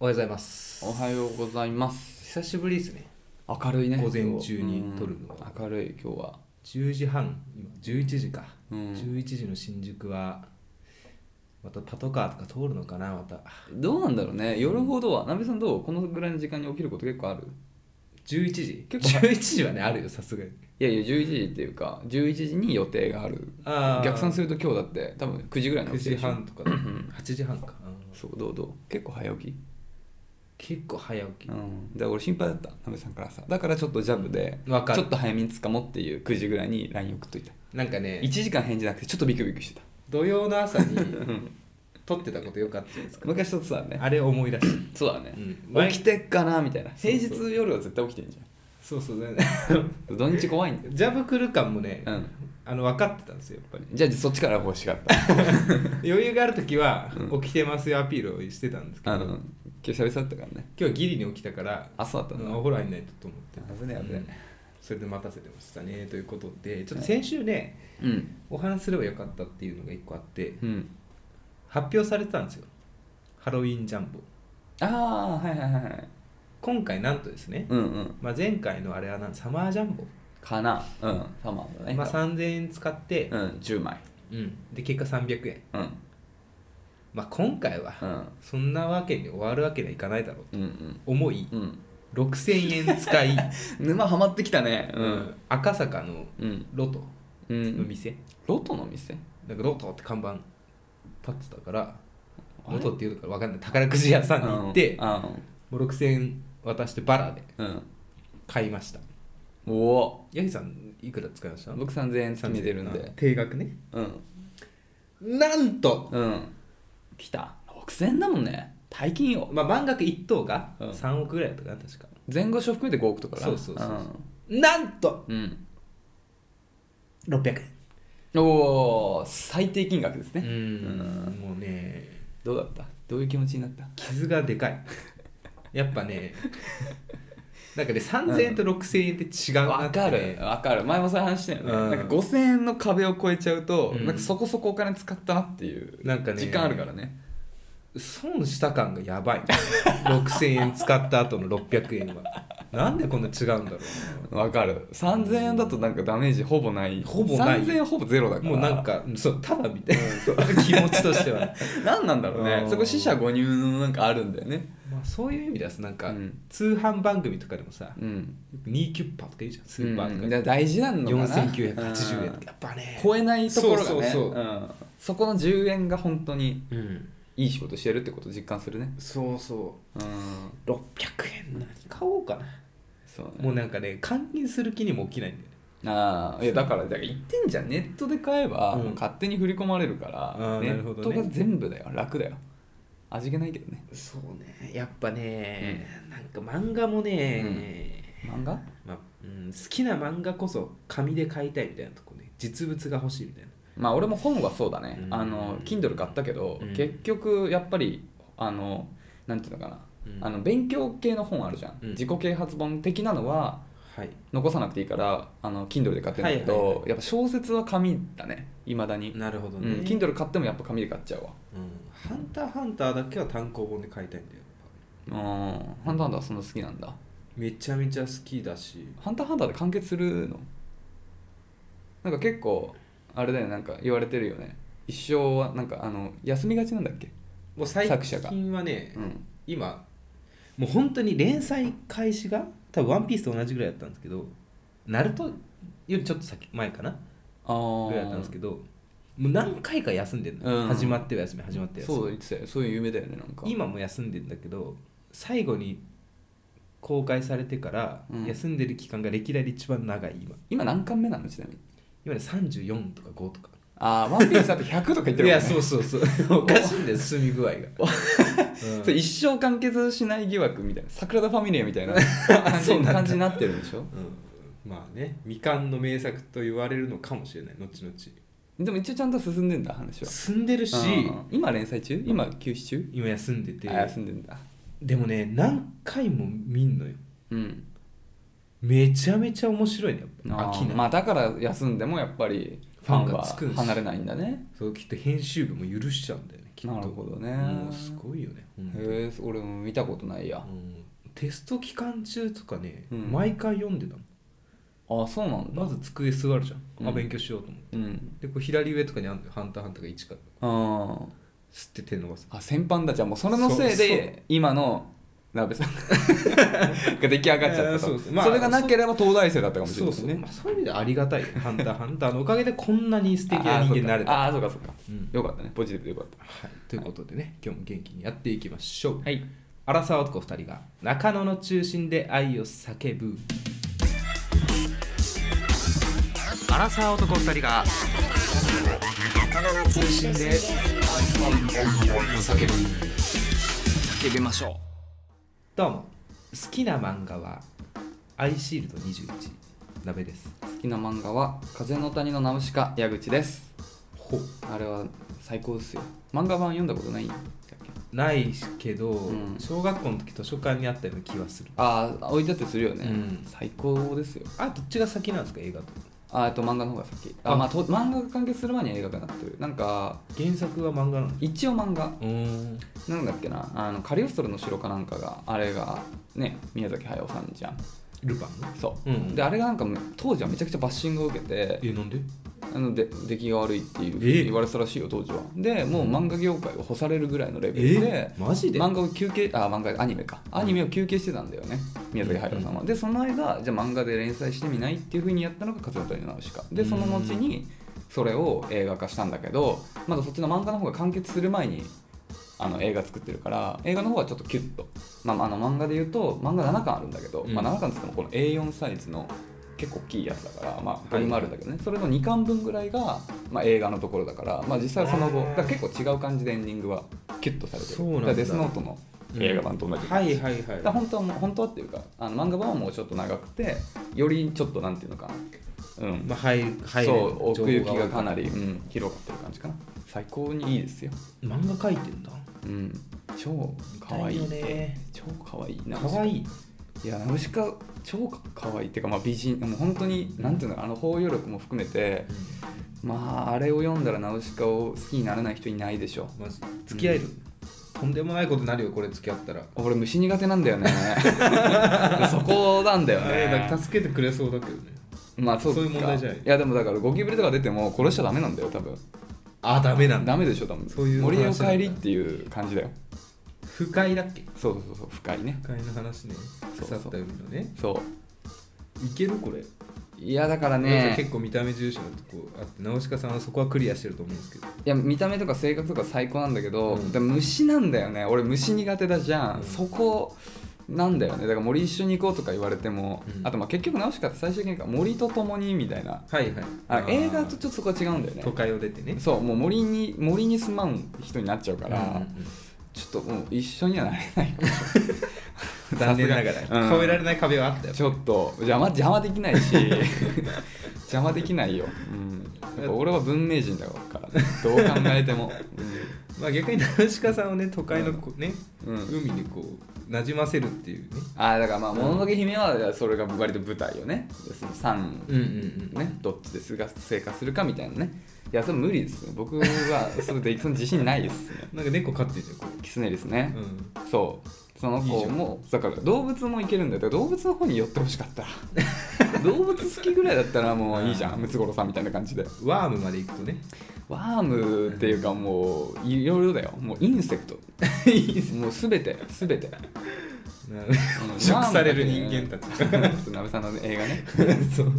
おはようございますおはようございます久しぶりですね明るいね午前中に撮るのうん明るい今日は10時半今11時か、うん11時の新宿はまたパトカーとか通るのかなまたどうなんだろうね夜ほどはなべさんどうこのぐらいの時間に起きること結構ある11時結構11時はねあるよさすがにいやいや11時っていうか11時に予定があるあー逆算すると今日だって多分9時ぐらいの9起き時でしょ半とか8時半か、うんそうどうどう結構早起き結構早起うんだから俺心配だったなべさんからさだからちょっとジャブできわかちょるっと早めにつかもうっていう9時ぐらいに LINE 送っといたなんか1ね時間返事なくてちょっとビクビクしてた土曜の朝に撮ってたことよかったじゃないですか昔とそうだねあれ思い出しそうだねた、う、ん前起きてっかなみたいなそう平そう日夜は絶対起きてんじそうそうねゃん土日怖いんだよ、ジャブ来る感もね、うん、あの分かってたんですよやっぱりじゃあそっちから欲しかった余裕がある時はう起きてますよアピールをしてたん ですけど、あの今今日久々だったからね日はギリに起きたからあそうだったうんだ、お風呂入んないとと思って危ねえ危ねそれで待たせてましたねということでちょっと先週ね、えうんお話しすればよかったっていうのが一個あってうん発表されてたんですよハロウィンジャンボああはいはいはい今回なんとですね、うんうんまあ、前回のあれはなんサマージャンボ、かなうんサマーだね、まあ、3000円使って、うん10枚うんで結果300円、うんまあ、今回はうんそんなわけに終わるわけにはいかないだろううんうん思いうん6000円使い、沼ハマってきたね ううんん赤坂のうんロトうのん店、ロトの店なんかロトって看板立ってたからあれロトっていうのか分かんない宝くじ屋さんに行ってうんもう6000円渡してバラでうん買いましたおおヤギさんいくら使いました僕3000円決めてるんあで定額ねうんなんと、うん来た6000円だもんね大金よまあ、満額1等がうん3億ぐらいだったかな確か前後賞含めて5億とかなそうそうそうそなんとうん、 600うん、おお最低金額です円ね、うんもうねどうだったどういう気持ちになった傷がでかいやっぱ ねなんかね3000円と6000円って違うなわってかねるわかる前もそういう話したよね、うんなんか5000円の壁を超えちゃうと、うんなんかそこそこお金使ったなっていうなんかね実感あるからね損した感がやばい6000円使った後の600円はなんでこんな違うんだろわかる3000円だとなんかダメージほぼないほぼない3000円ほぼゼロだうからもうなんかそうただみたいな気持ちとしては、何なんだろうねうんそこ死者誤入のなんかあるんだよねまあ、そういう意味ではさなんか、うん通販番組とかでもさうん2キュッパーとか言うじゃんスーパーとうんか、だから大事なのかな4980円うとんかやっぱね超えないところがねそうそうそうんそこの10円が本当にうんいい仕事してるってことを実感するねそうそううん600円何買おうかなそうねもうなんかね換金する気にも起きないんだよねああいやだからだから言ってんじゃんネットで買えばうん勝手に振り込まれるから、あーネなるほッどトねが全部だよ楽だよ味気ないけどねそうねやっぱね、なんか漫画もね、漫画まあうん、好きな漫画こそ紙で買いたいみたいなとこね実物が欲しいみたいなまあ俺も本はそうだね、うんあの Kindle 買ったけど、うん結局やっぱりあのなんていうのかな、うんあの勉強系の本あるじゃん、うん自己啓発本的なのははい残さなくていいからあの Kindle で買ってるんだけど、はいはいやっぱ小説は紙だねいまだに、なるほどうね、うんん、Kindle 買ってもやっぱ紙で買っちゃうわハンターハンター」だけは単行本で買いたいんだようんハンターハンターはそんな好きなんだめちゃめちゃ好きだしハンターハンターで完結するのなんか結構あれだよねなんか言われてるよね一生はなんかあの休みがちなんだっけもう最作者が近はね、うん今もう本当に連載開始が多分ワンピースと同じぐらいだったんですけどナルトよりちょっと先前かなああぐらいだったんですけどもう何回か休んでるの、うん始まっては休み始まっては休みそうだ言ってたよそういう夢だよねなんか今も休んでんだけど最後に公開されてからうん休んでる期間が歴代で一番長い今今何巻目なのちなみに今ね34とか5とかああワンピースだって100とか言っているもんやねそうそう そうおかしいんだよ進み具合が、それ一生完結しない疑惑みたいな桜田ファミリアみた いな感じそうなんだ感じになってるんでしょうんまあね未完の名作と言われるのかもしれない後々でも一応ちゃんと進んでんだ話は進んでるしうん今連載中今休止中今休んでてあ休んでんだでもね何回も見んのようんめちゃめちゃ面白いねやっぱあ飽きーない、まあだから休んでもやっぱりファンはファンがつくんです離れないんだねそうきっと編集部も許しちゃうんだよねきっとなるほどねもうすごいよね本当にへえ俺も見たことないや、うんテスト期間中とかね、うん毎回読んでたのあそうなんだまず机座るじゃん、うんあ勉強しようと思ってうんでこう左上とかにあんのよハンターハンターが1かああ吸って手伸ばすあ先般だじゃあもうそれのせいそうそうで今の鍋さん が出来上がっちゃっいやたそうとそそうまあれがなければ東大生だったかもしそれなういそう、ねまあ、そういう意味ではありがたいよハンターハンターのおかげでこんなに素敵な人間になれたあーそうかあーそうかそうかうんよかったねポジティブでよかったはい、ということでね、今日も元気にやっていきましょう、はい荒沢男2人が中野の中心で愛を叫ぶ荒沢男2人が中野の中心で愛を叫ぶ叫びましょどうも好きな漫画は「アイシールド21」鍋ですう好きな漫画は「風の谷のナウシカ矢口」ですほあれは最高ですよ漫画版読んだことないんだっけないけど、うん小学校の時図書館にあったような気はするああ置いてあってするよね、うん最高ですよあどっちが先なんですか映画とあーえっと漫画の方が先ああまあと漫画が完結する前に映画がなってるなんか原作は漫画なの一応漫画うーんなんだっけなあのカリオストロの城かなんかがあれがね宮崎駿さんじゃんルパンのそう、うんうんであれがなんかもう当時はめちゃくちゃバッシングを受けてえなんであので出来が悪いっていうふうえに言われてたらしいよ当時はでもう漫画業界を干されるぐらいのレベルで、マジで漫画を休憩あ漫画アニメかアニメを休憩してたんだよね、宮崎駿さんは、でその間じゃあ漫画で連載してみないっていうふうにやったのが「風の谷のナウシカ」でその後にそれを映画化したんだけどまだそっちの漫画の方が完結する前にあの映画作ってるから映画の方はちょっとキュッと、まあ、あの漫画で言うと漫画7巻あるんだけど、うんまあ、7巻っつってもこの A4 サイズの結構大きいやつだから、まあ、ボリュームはいあるんだけどね、それの2巻分ぐらいが、まあ、映画のところだから、まあ、実際はその後だから結構違う感じでエンディングはキュッとされてるそうなんだからデスノートの映画版と同じ、はいはいはいだから本当はもう本当はっていうかあの漫画版はもうちょっと長くてよりちょっとなんていうのかなうん、まあ入る入それるう奥行きがかなりり、うん、広がってる感じかな最高にいいですよ、漫画描いてんだうん、超かわいい見たいよね超かわいいな可愛いいいやナウシカ超かわいいっていうか、まあ、美人もう本当になんていうのあの包容力も含めてまああれを読んだらナウシカを好きにならない人いないでしょマジ付き合える、とんでもないことになるよこれ付き合ったら俺虫苦手なんだ よねそこなんだよあれだねけ助けてくれそうだけどねまあそうかそういう問題じゃないやでもだからゴキブリとか出ても殺しちゃダメなんだよ多分あダメなんだダメでしょ多分そういう話森へお帰りなっんだていう感じだよ不快だっけそうそうそう深いね不快の話ねそ腐うそうった海のねそういけるこれいやだから皆さんね結構見た目重視のとこあってナオシカさんはそこはクリアしてると思うんですけどいや見た目とか性格とか最高なんだけど、うんでも虫なんだよね俺虫苦手だじゃん、うんそこなんだよねだから森一緒に行こうとか言われても、うんあとまあ結局直しかって最終的になんか森と共にみたいなはいはいあ映画とちょっとそこは違うんだよね都会を出てねそうもう森に森に住まん人になっちゃうから、うんうんうんちょっともう一緒にはなれないかもしれない 残念ながらさすがにうん超えられない壁はあったよちょっと邪魔邪魔できないし 邪魔できないよ、うん、やっぱ俺は文明人だからねどう考えても、まあ逆にナウシカさんをね都会のこうねうんうん、海にこう馴染ませるっていうねああだからまあ「もののけ姫」はそれが割と舞台よねその3うんうんうんねどっちですが成果するかみたいなねいやそれ無理ですね僕はそれでその自信ないですねなんか猫飼ってるじゃんこキツネですねう、うそうそのいいじ子ゃもだから動物もいけるんだよだから動物の方に寄ってほしか ったら動物好きぐらいだったらもういいじゃんムツゴロウさんみたいな感じでんワームまで行くと ねワームっていうかもういろいろだよもうインセクトもうすべてすべてな食される人間たちちなべさんの映画ね そういやも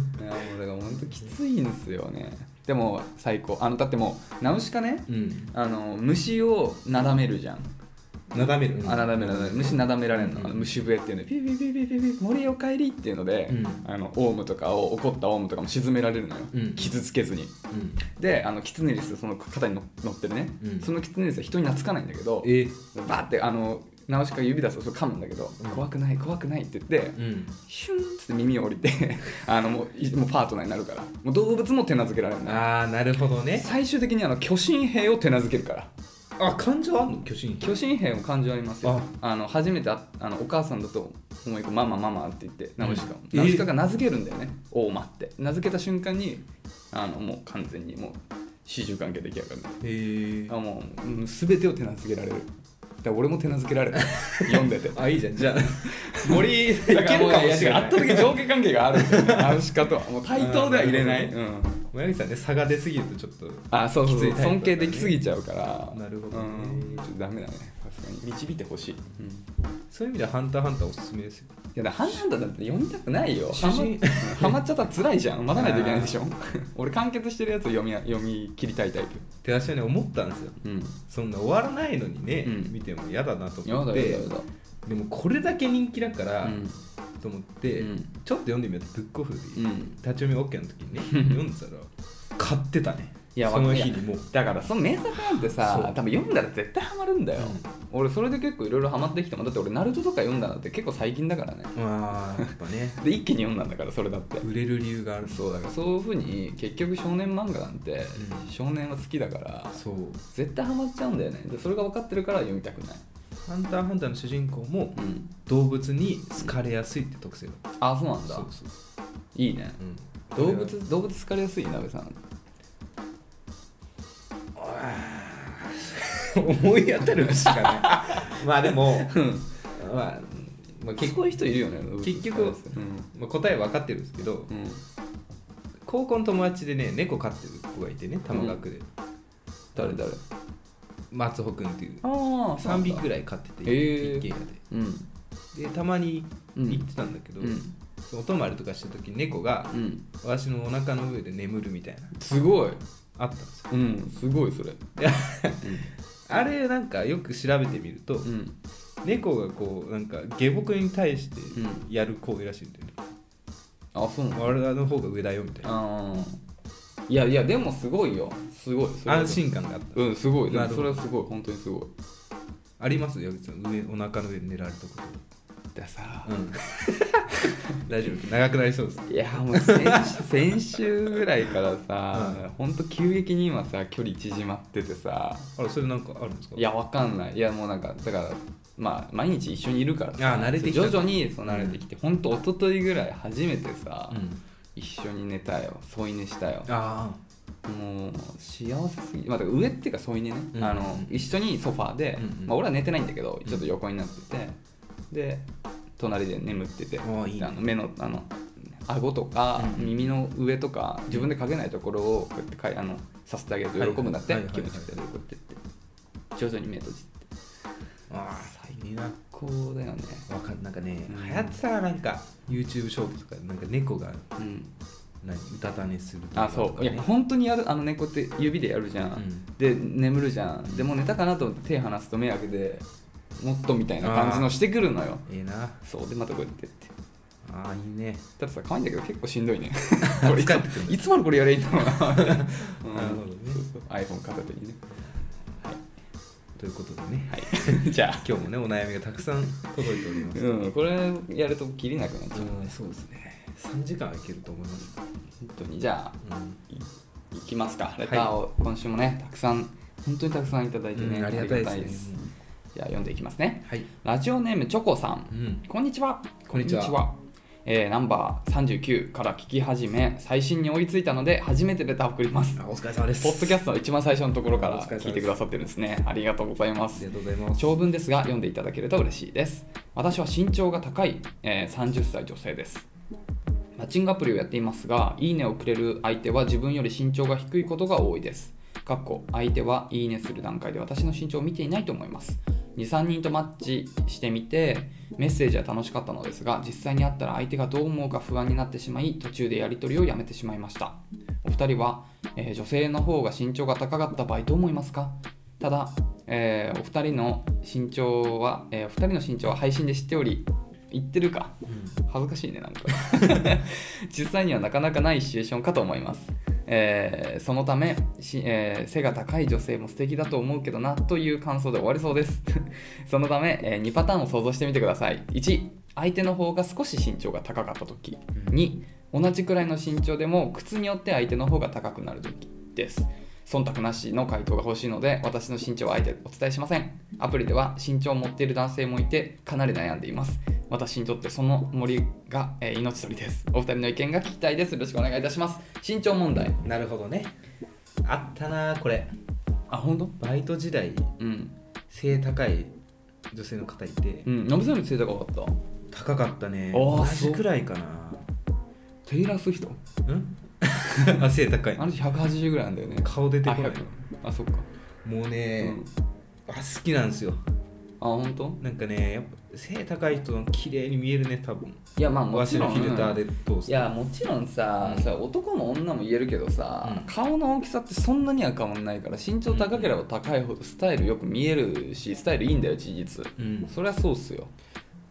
うだから本当きついんですよねでも最高あのだってもうナウシカねうんあの虫をなだめるじゃんなだめるあなだめなだめ虫なだめられるの,、うんあの虫笛っていうのでピュピュピュピュピュピュ森おかえりっていうので、うんあのオウムとかを怒ったオウムとかも沈められるのよ、うん傷つけずにうんであのキツネリスその肩に乗乗ってるね、うんそのキツネリスは人に懐かないんだけどえバーってあのナウシカが指出すとそれ噛むんだけど、うん怖くない怖くないって言って、うんシュンって耳を降りて あのもういもうパートナーになるからもう動物も手なずけられるんだああなるほどね最終的にあの巨神兵を手なずけるからあ感情あんの巨神巨神兵も感情ありますよあの初めてああのお母さんだと思い込むママママって言ってナウシカを、えナウシカが名付けるんだよねオーマって名付けた瞬間にあのもう完全にもう四週間系出来上がるへえあもう、うん、全てを手なずけられるだから俺も手なずけられ る読んでてあいいじゃんじゃあ 森いけだるからかももうねしれない圧倒的に上下関係があるんですよねナウシカとはもう対等では入れない、うんうん、小柳さんね差が出すぎるとちょっとあそうそうきついタイプだね尊敬できすぎちゃうからなるほどねうんちょっとダメだねさすがに導いてほしい、うん、いそういう意味では「ハンターハンター」おすすめですよやだハンターだって読みたくないよ主人ハマハマっちゃったら辛いじゃん待たないといけないでしょ俺完結してるやつを読み読み切りたいタイプって私はね思ったんですようんそんな終わらないのにね、うん見ても嫌だなとや思っだてやだやだでもこれだけ人気だから、うんと思って、うんちょっと読んでみようとブックオフで、うん立ち読み OK の時 にね読んでたら買ってたねいやその日わにもうだからその名作なんてそさう多分読んだら絶対ハマるんだよ、俺それで結構いろいろハマってきたもんだって俺ナルトとか読んだのって結構最近だからねまあやっぱね で一気に読んだんだからそれだって売れる理由があるそうだからそういうふうに結局少年漫画なんてうん少年は好きだからそう「絶対ハマっちゃうんだよねでそれが分かってるから読みたくないハンターハンター」の主人公もうん動物に好かれやすいって特性だったあそうなんだそうそう、いいねうん、動物動物好かれやすい鍋さん思い当たるし かないまあでも、うんまあ、まあ、結結構いい人いるよね動物結局好かれやすいうんまあ答え分かってるんですけどうん高校の友達でね猫飼ってる子がいてね多摩学で、誰誰松穂君っていうああ3匹ぐらいらい飼っててへー一軒家うんででたまにうん行ってたんだけど、うんそのお泊まりとかした時に猫がうん私のお腹の上で眠るみたいなすごいあったんですようんすごいそれ であれなんかよく調べてみると、うん猫がこうなんか下僕に対してうんやる行為らしいんだよね、あそうなんだ俺の方が上だよみたいなあーいやいやでもすごいよすごいそれは安心感があった、うんすごいでなもるほそどれはすごい本当にすごいありますよ矢口さん上お腹の上で寝られたことださうん 大丈夫長くなりそうですいやもう先先週ぐらいからさ本当急激に今さ距離縮まっててさあれそれなんかあるんですかいやわかんないいやもうなんかだからまあ毎日一緒にいるからさあー慣れてきたそう徐々にそう慣れてきて、ほんと一昨日ぐらい初めてさ、うん、一緒に寝たよ添い寝したよあもう幸せすぎまあ、だから上っていうか添い寝ね、うんあの一緒にソファーで、うんうんまあ、俺は寝てないんだけうどんちょっと横になってて、で隣で眠ってておーいいねあの目のあの顎とかうんうん耳の上とか自分でかけないところをこうやってかいあのさせてあげると喜ぶんだって、はいはいはい気はい持ちよくてこうやってやって徐々に目閉じてああ最最なこうだよねわかんなんかね、うん流行ってたらなんか YouTube ショートとかなんか猫がうん何うたた寝するとかあそういやね本当にやるあの猫って指でやるじゃん、うんで眠るじゃんでもう寝たかなと思って手離すと目開けてもっとみたいな感じのしてくるのよええなそうでまたこうやってやってああいいねたださ可愛いんだけど結構しんどいね 疲これれいつてくる いつまでこれやれいいんだ ろうなるほなどねそうそう iPhone 片 手にねということでね、はいじゃあ今日もねお悩みがたくさん届いております、うんこれやると切りなくなっちゃう、うんそうですね3時間はいけると思います、本当にじゃあうんいいきますかレターを今週もねたくさん本当にたくさんいただいてね、うんありがたいですねじゃあ読んでいきますねはい、ラジオネームチョコさんうん、こんにちは。こんにちはえーナンバー39から聞き始め、最新に追いついたので、初めてレターを送 ります。あお疲れ様ですポッドキャストの一番最初のところかおら疲れ様です聞いてくださってるんですね。ありがとうございまあすりが。とうございます長文ですが読んでいただけると嬉しいです私は身長が高い、えー30歳女性ですマッチングアプリをやっていますがいいねをくれる相手は自分より身長が低いことが多いですかっこ相手はいいねする段階で私の身長を見ていないと思います23人とマッチしてみてメッセージは楽しかったのですが実際に会ったら相手がどう思うか不安になってしまい途中でやり取りをやめてしまいましたお二人は、えー女性の方が身長が高かった場合どう思いますかただ、えーお二人の身長は、えーお二人の身長は配信で知っており言ってるか恥ずかしいねなんか 実際にはなかなかないシチュエーションかと思います、えーそのためし、えー背が高い女性も素敵だと思うけどなという感想で終わりそうです そのため、え2パターンを想像してみてください1相手の方が少し身長が高かった時うん2同じくらいの身長でも靴によって相手の方が高くなる時です忖度なしの回答が欲しいので私の身長はあえてお伝えしませんアプリでは身長を持っている男性もいてかなり悩んでいます私にとってその森が、えー命取りですお二人の意見が聞きたいですよろしくお願いいたします身長問題なるほどねあったなこれあ本当？バイト時代うん背高い女性の方いて、うんノブさんより背高かった高かったねあー同そじうくらいかなテイラー・スウィフトうん あ背高いあの人180ぐらいなんだよね顔出てこないあ100あそっか、もううね、ん、あ好きなんですよあ本当？なんかねやっぱ背高い人の綺麗に見えるね多分いやまあもわちしろのんフィルターで通すいやもちろんさ,、うんさ男も女も言えるけどさ、うん顔の大きさってそんなには変わんないから身長高ければ高いほどスタイルよく見えるしスタイルいいんだよ事実うんそりゃそうっすよ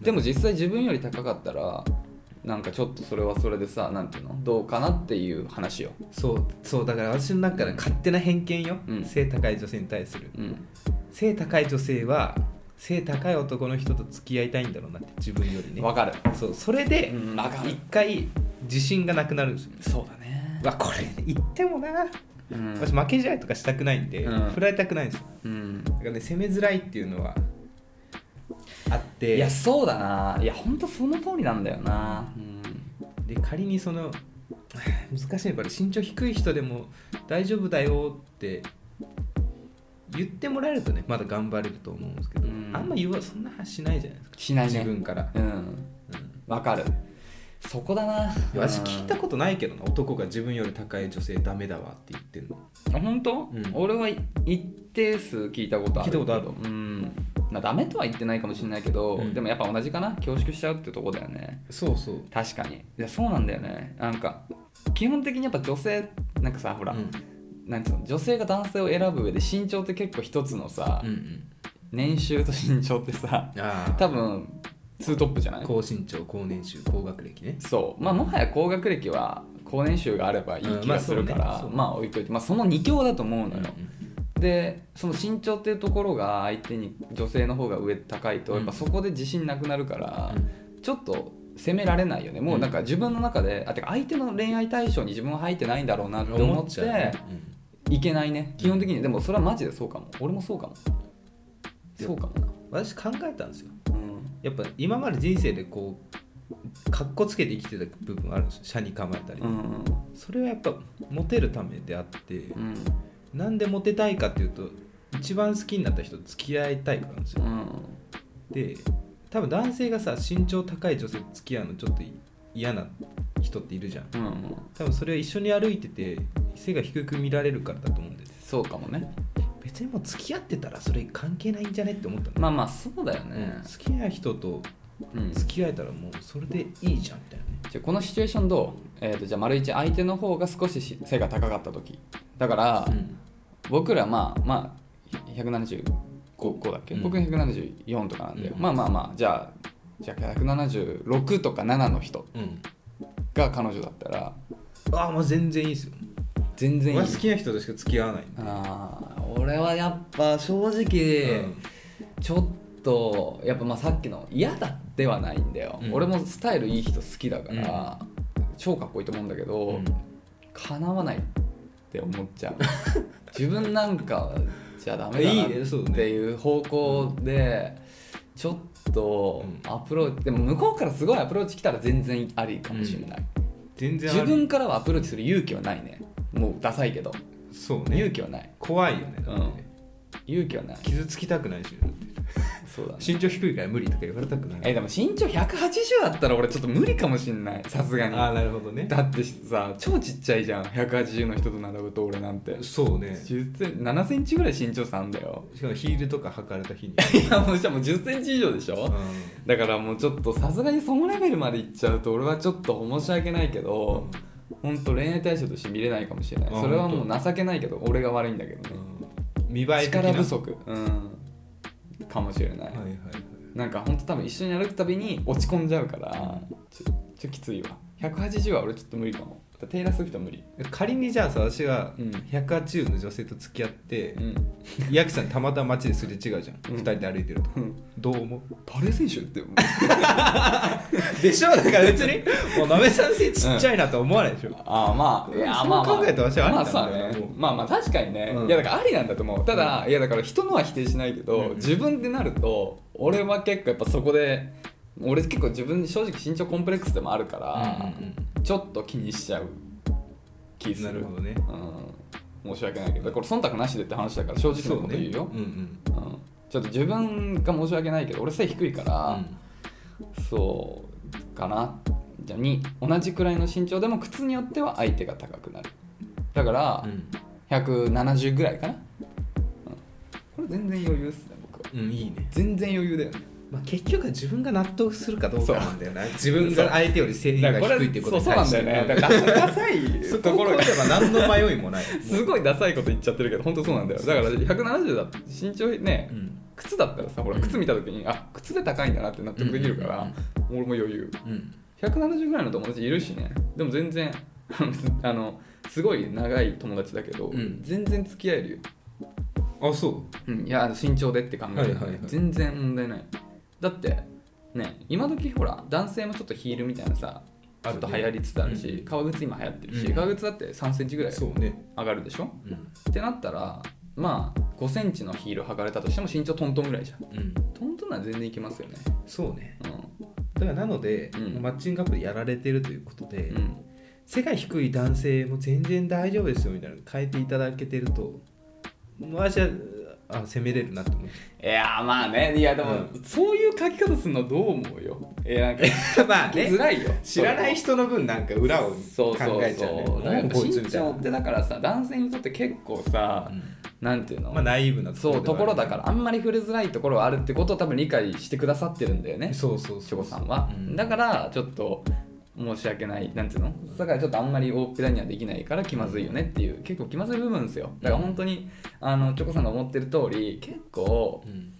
でも実際自分より高かったらなんかちょっとそれはそれでさなんていうのどうかなっていう話よそうそうだから私の中で勝手な偏見よ、うん背高い女性に対するうん背高い女性は背高い男の人と付き合いたいんだろうなって自分よりねわかるそうそれでうんわかる一回自信がなくなるんですよそうだねうわこれ言ってもなうん私負け試合とかしたくないんで、うん振られたくないんですようんだからね攻めづらいっていうのはあっていやそうだないやほんとその通りなんだよなうんで仮にその 難しいのこれ身長低い人でも大丈夫だよって言ってもらえるとねまだ頑張れると思うんですけど、うんあんま言わそんな話しないじゃないですかしないね自分から、うんうんわかるそこだないや私聞いたことないけどな男が自分より高い女性ダメだわって言ってんのあ本当、うん俺は一定数聞いたことあ聞るいたことあるうんまあダメとは言ってないかもしれないけど、うんでもやっぱ同じかな恐縮しちゃうってとこだよねそうそう確かにいやそうなんだよねなんか基本的にやっぱ女性なんかさほら、うんなんていうの女性が男性を選ぶ上で身長って結構一つのさ、うんうん年収と身長ってさあ多分ツートップじゃないあ高身長高年収高学歴ねそうまあもはや高学歴は高年収があればいいうん気まあがするから、まあそうねそう置いといて、まあ、その2強だと思うのよ、うんでその身長っていうところが相手に女性の方が上高いと、うんやっぱそこで自信なくなるから、うんちょっと責められないよねもうなんか自分の中であてか相手の恋愛対象に自分は入ってないんだろうなって思っちゃうねていけないね基本的にでもそれはマジでそうかも俺もそうかもそうかもな、うん私考えたんですようん、やっぱ今まで人生でこうかっこつけて生きてた部分あるんですよ社に構えたり、うんうんそれはやっぱモテるためであってうんなんでモテたいかっていうと一番好きになった人と付き合いたいからなんですよで多分男性がさ身長高い女性と付き合うのちょっと嫌な人っているじゃんうんうん多分それは一緒に歩いてて背が低く見られるからだと思うんですそうかもね別にもう付き合ってたらそれ関係ないんじゃねって思ったの、まあまあそうだよねうん、好きな人とうん付き合えたらもうそれでいいじゃんみたいなねじゃあこのシチュエーションどう、えー、とじゃあ丸一相手の方が少しし背が高かった時だから、うん僕らまあまあ175だっけ、うん僕174とかなんで、うんまあまあまあじゃあじゃあ176とか7の人うんが彼女だったらああまあ全然いいですよ全然いい俺好きな人としか付き合わないんであー俺はやっぱ正直、うんちょっとやっぱまあさっきの嫌だではないんだよ、うん俺もスタイルいい人好きだから、超かっこいいと思うんだけど、うん叶わないって思っ ちゃう自分なんかじゃダメいいだねそうなねっていう方向でちょっとうんアプローチでも向こうからすごいアプローチ来たら全然ありかもしれない、全然あ自る分からはアプローチする勇気はないねもうダサいけど、そう勇ね気はない怖いよねだってね勇気はない傷つきたくないしだってそうだ ね身長低いから無理とか言われたくないえでも身長180だったら俺ちょっと無理かもしんないさすがにああなるほどねだってさ超ちっちゃいじゃん180の人と並ぶと俺なんてそうね10セン7センチぐらい身長差あんだよしかもヒールとか履かれた日に、いやもうじゃあもう1 0ンチ以上でしょ、うだからもうちょっとさすがにそのレベルまでいっちゃうと俺はちょっと申し訳ないけど、ほんと恋愛対象として見れないかもしれないあそれはもう情けないけど俺が悪いんだけどねん、見栄え的な力不足、うん、かもしれない、はいはいはいなんかほんと多分一緒に歩くたびに落ち込んじゃうからちょちょきついわ180は俺ちょっと無理かもだからテイラー・スウィフトは無理仮にじゃあさ私がうん180の女性と付き合ってう、んヤクさんたまたま街ですれ違うじゃん、う2ん人で歩いてるとうんどう思うバレー選手って思うでしょだから別にもうなめさんせちっちゃいなとは思わないでしょ、ああまあいやそうまあまあ考えたら私はありまなあんだそうよなだねもうまあまあ確かにね、うんいやだからありなんだと思うただ、いやだから人のは否定しないけど、うんうん自分でなると俺は結構やっぱそこで俺結構自分正直身長コンプレックスでもあるから、うんうんちょっと気にしちゃう気うん、すなるるほどねうん申し訳ないけどこれ忖度なしでって話だから正直なこと言うようんうんうん、ちょっと自分が申し訳ないけど俺背低いから、そうかなじゃあに同じくらいの身長でも靴によっては相手が高くなるだからう、ん170ぐらいかな、うんこれ全然余裕っすね僕はうん、うん、いいね、全然余裕だよねまあ、結局は自分が納得するかどうかなんだよな自分そうが相手より性能が低いっていうことそうにそう対なしんだてよねだからダサそいとここをろ超がえれば何の迷いもない すごいダサいこと言っちゃってるけど本当そうなんだよだから170だって身長ね、うん靴だったらさほらうん靴見た時にあ靴で高いんだなって納得できるから、俺も余裕うん170ぐらいの友達いるしねでも全然 あのすごい長い友達だけど、うん全然付き合えるよあそうん、いや身長でって考えて、ねはいはいはい全然問題ないだってね今時ほら男性もちょっとヒールみたいなさちょあっるねと流行りつつあるし、うん革靴今流行ってるし、うん革靴だって3センチぐらういそうね上がるでしょうんってなったらまあ5センチのヒール履かれたとしても身長トントンぐらいじゃんうんトントンなら全然いけますよねそうねうだからなので、うんマッチングアプリやられてるということで、ん、うん、背が低い男性も全然大丈夫ですよみたいなの変えていただけてると私はあ攻めれるなって思っいやーまあねいやでも、そういう書き方するのどう思うよえー、なんかて まあ書きづらいよ知らない人の分なんか裏を考そうそうそうえちゃうねだからやっぱもうこいつ身みたい長なってだからさ男性にとって結構さ、なんていうの、まあナイーブなそうところだかららあんまり触れづらいところはあるってことを多分理解してくださってるんだよねそうそうしょそうこさんは、うんだからちょっと申し訳ないなんていうのだからちょっとあんまり大っぴらにはできないから気まずいよねっていう結構気まずい部分ですよだから本当にあのチョコさんが思ってる通り結構うん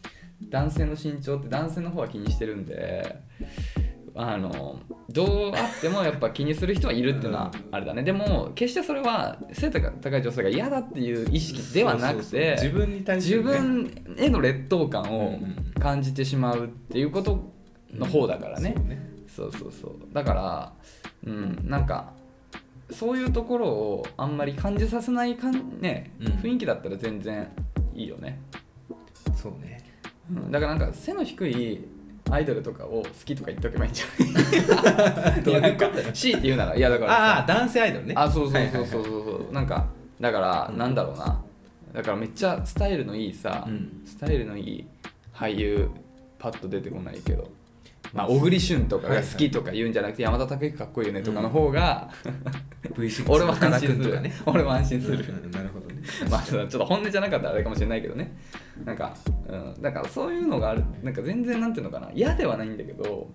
男性の身長って男性の方は気にしてるんであのどうあってもやっぱ気にする人はいるっていうのはあれだねでも決してそれは背が高い女性が嫌だっていう意識ではなそうくそうそうて自分に対して自ね分への劣等感をうんうん感じてしまうっていうことの方だからね、そうねそうそうそうだからうんなんかそういうところをあんまり感じさせないかん、ねうん雰囲気だったら全然いいよね、そうねうん、だからなんか背の低いアイドルとかを好きとか言っておけばいいんじゃ ないどういうことやなんか強いて言うならいやだからさああ男性アイドルねあそうそうそうそうそうそうなんかだからなんだろうなだからめっちゃスタイルのいいさ、うんスタイルのいい俳優パッと出てこないけど、まあ、小栗旬とかが好きとか言うんじゃなくて、山田孝之かっこいいよねとかの方が、 V6 俺は安心すとる、かね俺は安心する、うんなるほどね まあちょっと本音じゃなかったらあれかもしれないけどねなんか、うん、だからそういうのがあるなんか全然なんていうのかな嫌ではないんだけど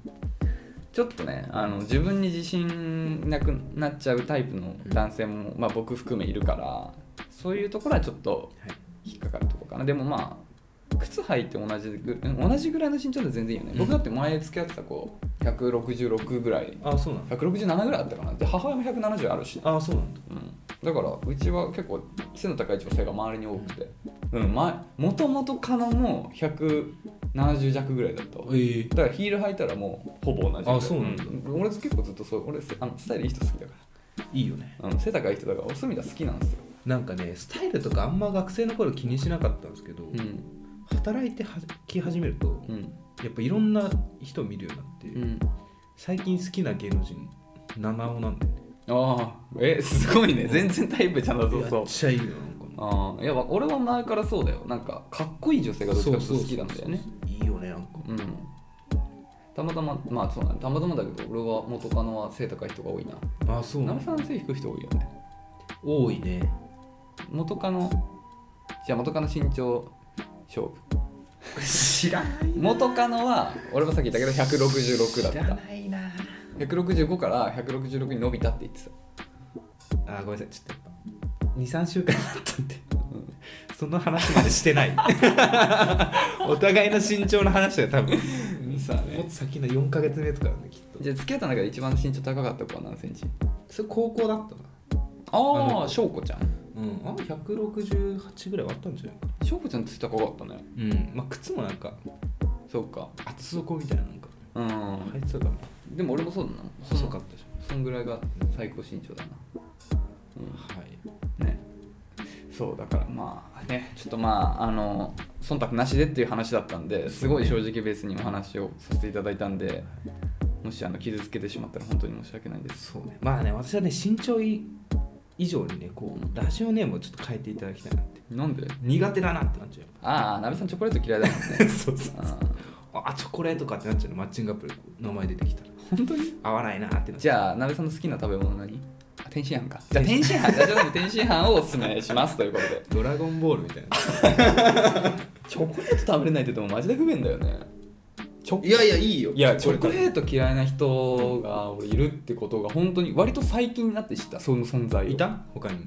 ちょっとねあの自分に自信なくなっちゃうタイプの男性も、まあ、僕含めいるからそういうところはちょっとはい引っかかるところかなでもまあ靴履いて同じぐ同じぐらいの身長で全然いいよね、うん僕だって前付き合ってた子166ぐらいあそうなんだ167ぐらいあったかなで母親も170あるしあそうなんだうん、だからうちは結構背の高い女性が周りに多くて、うん、前もともとカノも170弱ぐらいだったわええだからヒール履いたらもうほぼ同じぐらいあそうなんだん俺結構ずっとそう俺せあのスタイルいい人好きだかいいよねら、うん、背高い人だからお墨田好きなんですよ、なんかねスタイルとかあんま学生の頃気にしなかったんですけど、うん働いてはき始めるとうんやっぱいろんな人を見るようになって、うん、最近好きな芸能人七尾なんだよねああえすごいね全然タイプじゃなさそやうっちゃいいよなんかなああいや俺は前からそうだよなんかかっこいい女性がどっちかっていうと好きなんだよねそうそうそういいよねなんかうんたまたままあそうだねたまたまだけど俺は元カノは背高い人が多いなあそうなナんミださん背低い人多いよね多いね元カノじゃあ元カノ身長勝負知らない元カノは俺もさっき言ったけど166だったないな165から166に伸びたって言ってたあごめんなさいちょっとやっぱ23週間だったんで、その話までして ないお互いの身長の話は多分そうだねもっと先の4か月目とかだねきっとじゃあ付き合った中で一番身長高かった子は何センチそれ高校だったなああ翔子ちゃんうんあ168ぐらいはあったんじゃないかな翔子ちゃんって高かったねうんまあ靴もなんかそうか厚底みたいななんかう入んってたからでも俺もそうだなそ細のかったじそんぐらいが最高身長だなゃんはいねそうだからまあねちょっとまああの忖度なしでっていう話だったんですごい正直ベースにお話をさせていただいたんでもしあの傷つけてしまったら本当に申し訳ないですそうねまあね私はね身長い以上にねこうラジオネームをちょっと変えていただきたいなってなんで苦手だなってなっちゃうああ、なべさんチョコレート嫌いだもんね。 よ そうそうああチョコレートかってなっちゃうのマッチングアプリ名前出てきたらー本当に合わないなってなっちゃじゃあ、なべさんの好きな食べ物何あ天津飯か。じゃあ、天津飯、ラジオネーム天津飯をおすすめしますということで。うドラゴンボールみたいなチョコレート食べれないって言ってもマジで不便だよね。チ ョいやいやいいよいやチョコレーート嫌いな人が俺いるってことが本当に割と最近になって知ったその存在をいた他に、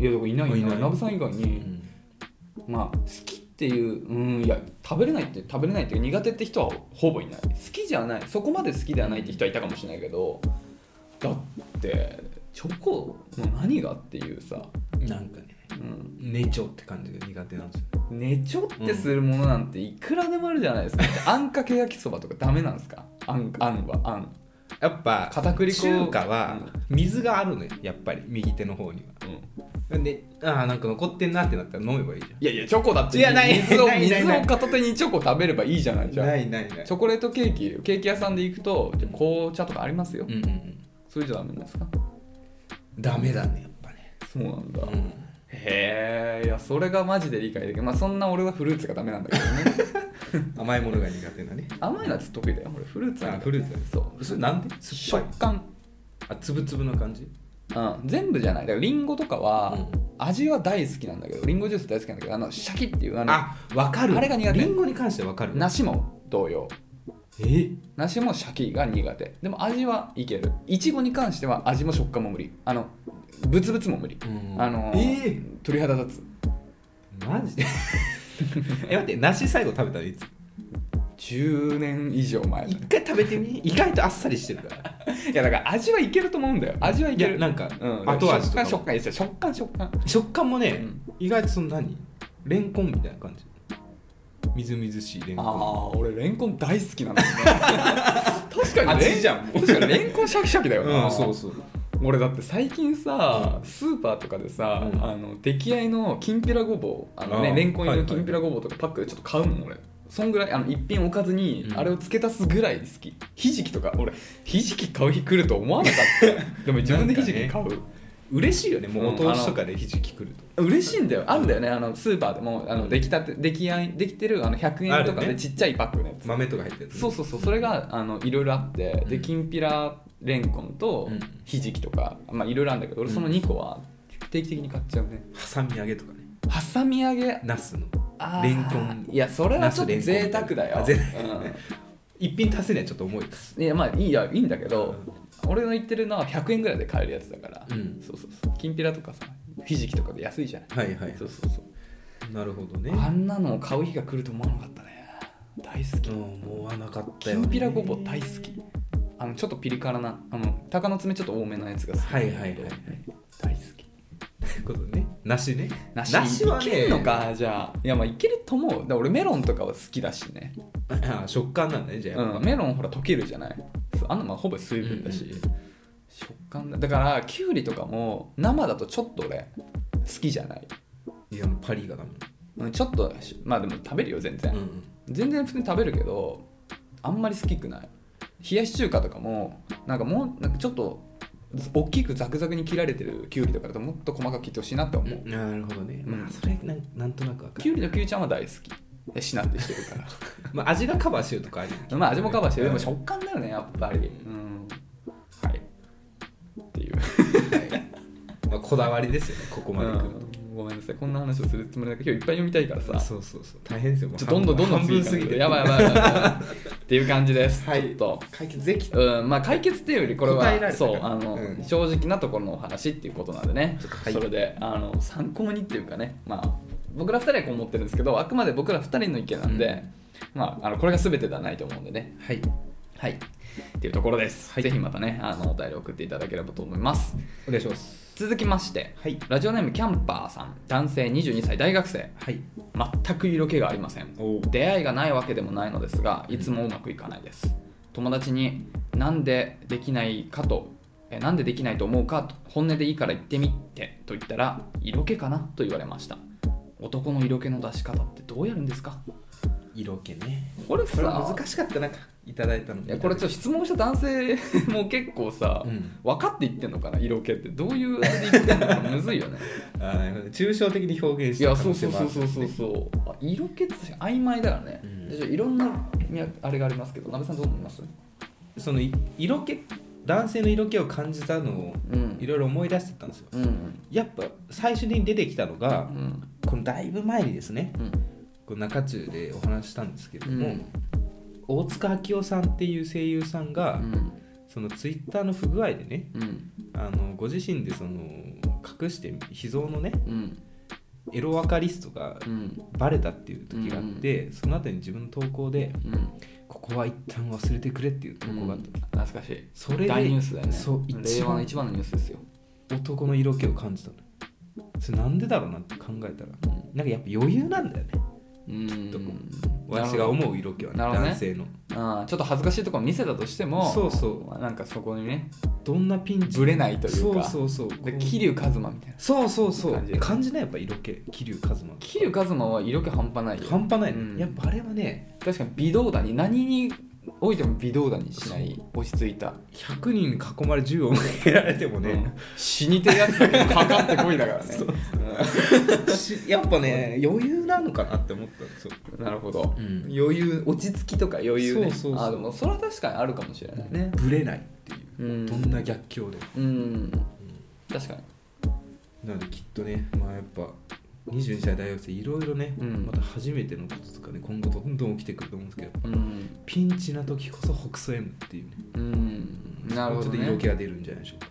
いやだからいないいいなないいナブさん以外うに、ん、まあ好きっていううんいや食べれないって食べれないっていう苦手って人はほぼいない好きじゃないそこまで好きではないって人はいたかもしれないけどだってチョコの何がっていうさ、なんかねうん、ネチョって感じが苦手なんですよねちょってするものなんていくらでもあるじゃないです か、あんかけ焼きそばとかダメなんですかあんあんはあんやっぱ片栗粉中華は水があるのよやっぱり右手の方にはでああなんか残ってんなってなったら飲めばいいじいやいやチョコだっていやない水をないない水ないを片手にチョコ食べればいいじゃなゃいんじゃんないないないチョコレートケーキケーキ屋さんで行くとじゃあ紅茶とかありますよ、うんうんうんそれじゃダメなんですかダメだねやっぱねそうなんだ、うんへえいやそれがマジで理解できるまあそんな俺はフルーツがダメなんだけどね甘いものが苦手なね甘いのは得意だよ俺フルーツはあフルーツだねそうそれなんで酸っ食感ぱいあつぶつぶの感じうん、全部じゃないだからリンゴとかは、うん味は大好きなんだけどリンゴジュース大好きなんだけどあのシャキっていうあのあわかるあれが苦手リンゴに関してはわかる梨も同様え梨もシャキが苦手でも味はいけるいちごに関しては味も食感も無理あのブツブツも無理、あのえー鳥肌立つマジで え待って梨最後食べたのいつ10年以上前だね一回食べてみ意外とあっさりしてるからいやだから味はいけると思うんだよ味はいいけやるなんかうん、後味食とか感も食感いや食感食感食感もね、うん意外とその何レンコンみたいな感じみずみずしいレンコあンあ俺レンコン大好きなんだよね 確かにレン味じゃんもう確かにレンコンシャキシャキだよな、うんそうそう俺だって最近さ、うんスーパーとかでさ、うんあの出来合いのきんぴらごぼうあのねあーレンコン入はりのいきはいんぴらごぼうとかパックでちょっと買うもん俺そんぐらいあの一品おかずにうんあれを付け足すぐらい好き、ひじきとか俺ひじき買う日来ると思わなかった でも自分でひじき買う、嬉しいよねもうおうん通しとかでひじきくると、嬉しいんだよあるんだよねあのスーパーでもあうのん出来たて出来合いできてるあの100あ円るよねとかでちっちゃいパックのやつ豆とか入ってるやつねそうそうそうそれがあのいろいろあってできんぴられんこんとうんひじきとかまあいろいろあるんだけど俺その2個は定期的に買っちゃうねハサミ揚げとかねはさみ揚げナスのあーレンコンいやそれはちょっとナスレンコ贅ン沢だよあ贅一品足せないちょっと重いですうんいやまあいいやいいんだけど俺の言ってるのは100円ぐらいで買えるやつだからうんそうそうそうきんぴらとかさひじきとかで安いじゃないはいはいそうそうそうなるほどねあんなのを買う日が来ると思わなかったね大好きうん思わなかったきよねんぴらごぼう大好きあのちょっとピリ辛なあの鷹の爪ちょっと多めのやつが好きはいはいはいはい大好きということでね梨ね梨はいけるのかじゃあいやまあいけると思うだから俺メロンとかは好きだしね、あ食感なんだねじゃあうやっぱ、ん、メロンほら溶けるじゃないそうあんなまあほぼ水分だし、うんうん食感だだからきゅうりとかも生だとちょっと俺好きじゃない、いやもうパリがダメうん、ちょっとしまあでも食べるよ全然、うん全然普通に食べるけどあんまり好きくない冷やし中華とかもなんかもうなんかちょっと大きくザクザクに切られてるきゅうりとかだともっと細かく切ってほしいなって思う、うんなるほどねうんまあそれなんなんとなくわかきる、ゅうりのきゅうりちゃんは大好きえしなってしてるからまあ、味がカバーしてるとかあるよね まあ味もカバーしてるでも食感だよねやっぱりうんはいっていう、まあ、こだわりですよねここまでいくのうんごめんなさいこんな話をするつもりだけど今日いっぱい読みたいからさちょそうそうそう大変ですよもうっとどんどんどんどん半次分行か過なぎいとてやばいやばいやばいや ばいっていう感じです、はいちょっと解決できたうんまあ解決っていうよりこれは答えられたかそらうあの、うん正直なところのお話っていうことなんでねちょっはといそれで、あの参考にっていうかねまあ僕ら2人はこう思ってるんですけどあくまで僕ら2人の意見なんで、うんまああのこれが全てではないと思うんでねはいはいっていうところです、ぜひまたねあのお便り送っていただければと思いますお願いします続きましてはいラジオネームキャンパーさん男性22歳大学生はい全く色気がありませんおう出会いがないわけでもないのですがいつもうまくいかないです友達に「なんでできないかと」え「なんでできないと思うか」と「本音でいいから言ってみて」と言ったら「色気かな?」と言われました男の色気の出し方ってどうやるんですか色気ねこれこれさ難しかったなんかいただいたのいやこれちょっと質問した男性 も結構さ、うん分かって言ってんのかな色気ってどういうあれで言ってんのかむずい よねあーなるほど抽象的に表現しいてやそうそうそうそうそうそうあ色気って確かに曖昧だよね、うんじゃあいろんないやあれがありますけど鍋さんどう思いますそのい色気男性の色気を感じたのをうんいろいろ思い出してたんですようんやっぱ最終的に出てきたのうがんこのだいぶ前にですねうんこう中中でお話ししたんですけれども、うん大塚明夫さんっていう声優さんが、うんそのツイッターの不具合でねうんあのご自身でその隠して秘蔵のねうんエロワカリストがうんバレたっていう時があって、その後に自分の投稿でうん「ここは一旦忘れてくれ」っていう投稿があった、懐かしいそれで大ニュースだよねそう一令和の番一番のニュースですよ、男の色気を感じたのそれなんでだろうなって考えたらなんかやっぱ余裕なんだよねうん、とこなる私ほどが思う色気はねなるほどね男性のあーちょっと恥ずかしいところ見せたとしてもそうそうなんかそこにねどんなピンチぶれないというかそうそうそうで桐生一馬みたいなそうそうそう感じる感じないやっぱ色気桐生一馬桐生一馬は色気半端ないよ半端ないね、うんやっぱあれはね確かに微動だに何においても微動だにしない落ち着いた、 100人に囲まれ銃を向けられてもうんね、死にてるやつだけどかかってこいだからねしやっぱね余裕なのかなって思ったんですようんなるほど、うん余裕落ち着きとか余裕ねそうそうそうあでもそれは確かにあるかもしれないねぶれないっていう、うんどんな逆境でもうん確かになのできっとねまあやっぱ22歳大学生いろいろね、うんまた初めてのこととかね今後どんどん起きてくると思うんですけどうん、ピンチな時こそ北総 M っていうねうん、なるほちど、ょっと色ね、気が出るんじゃないでしょうか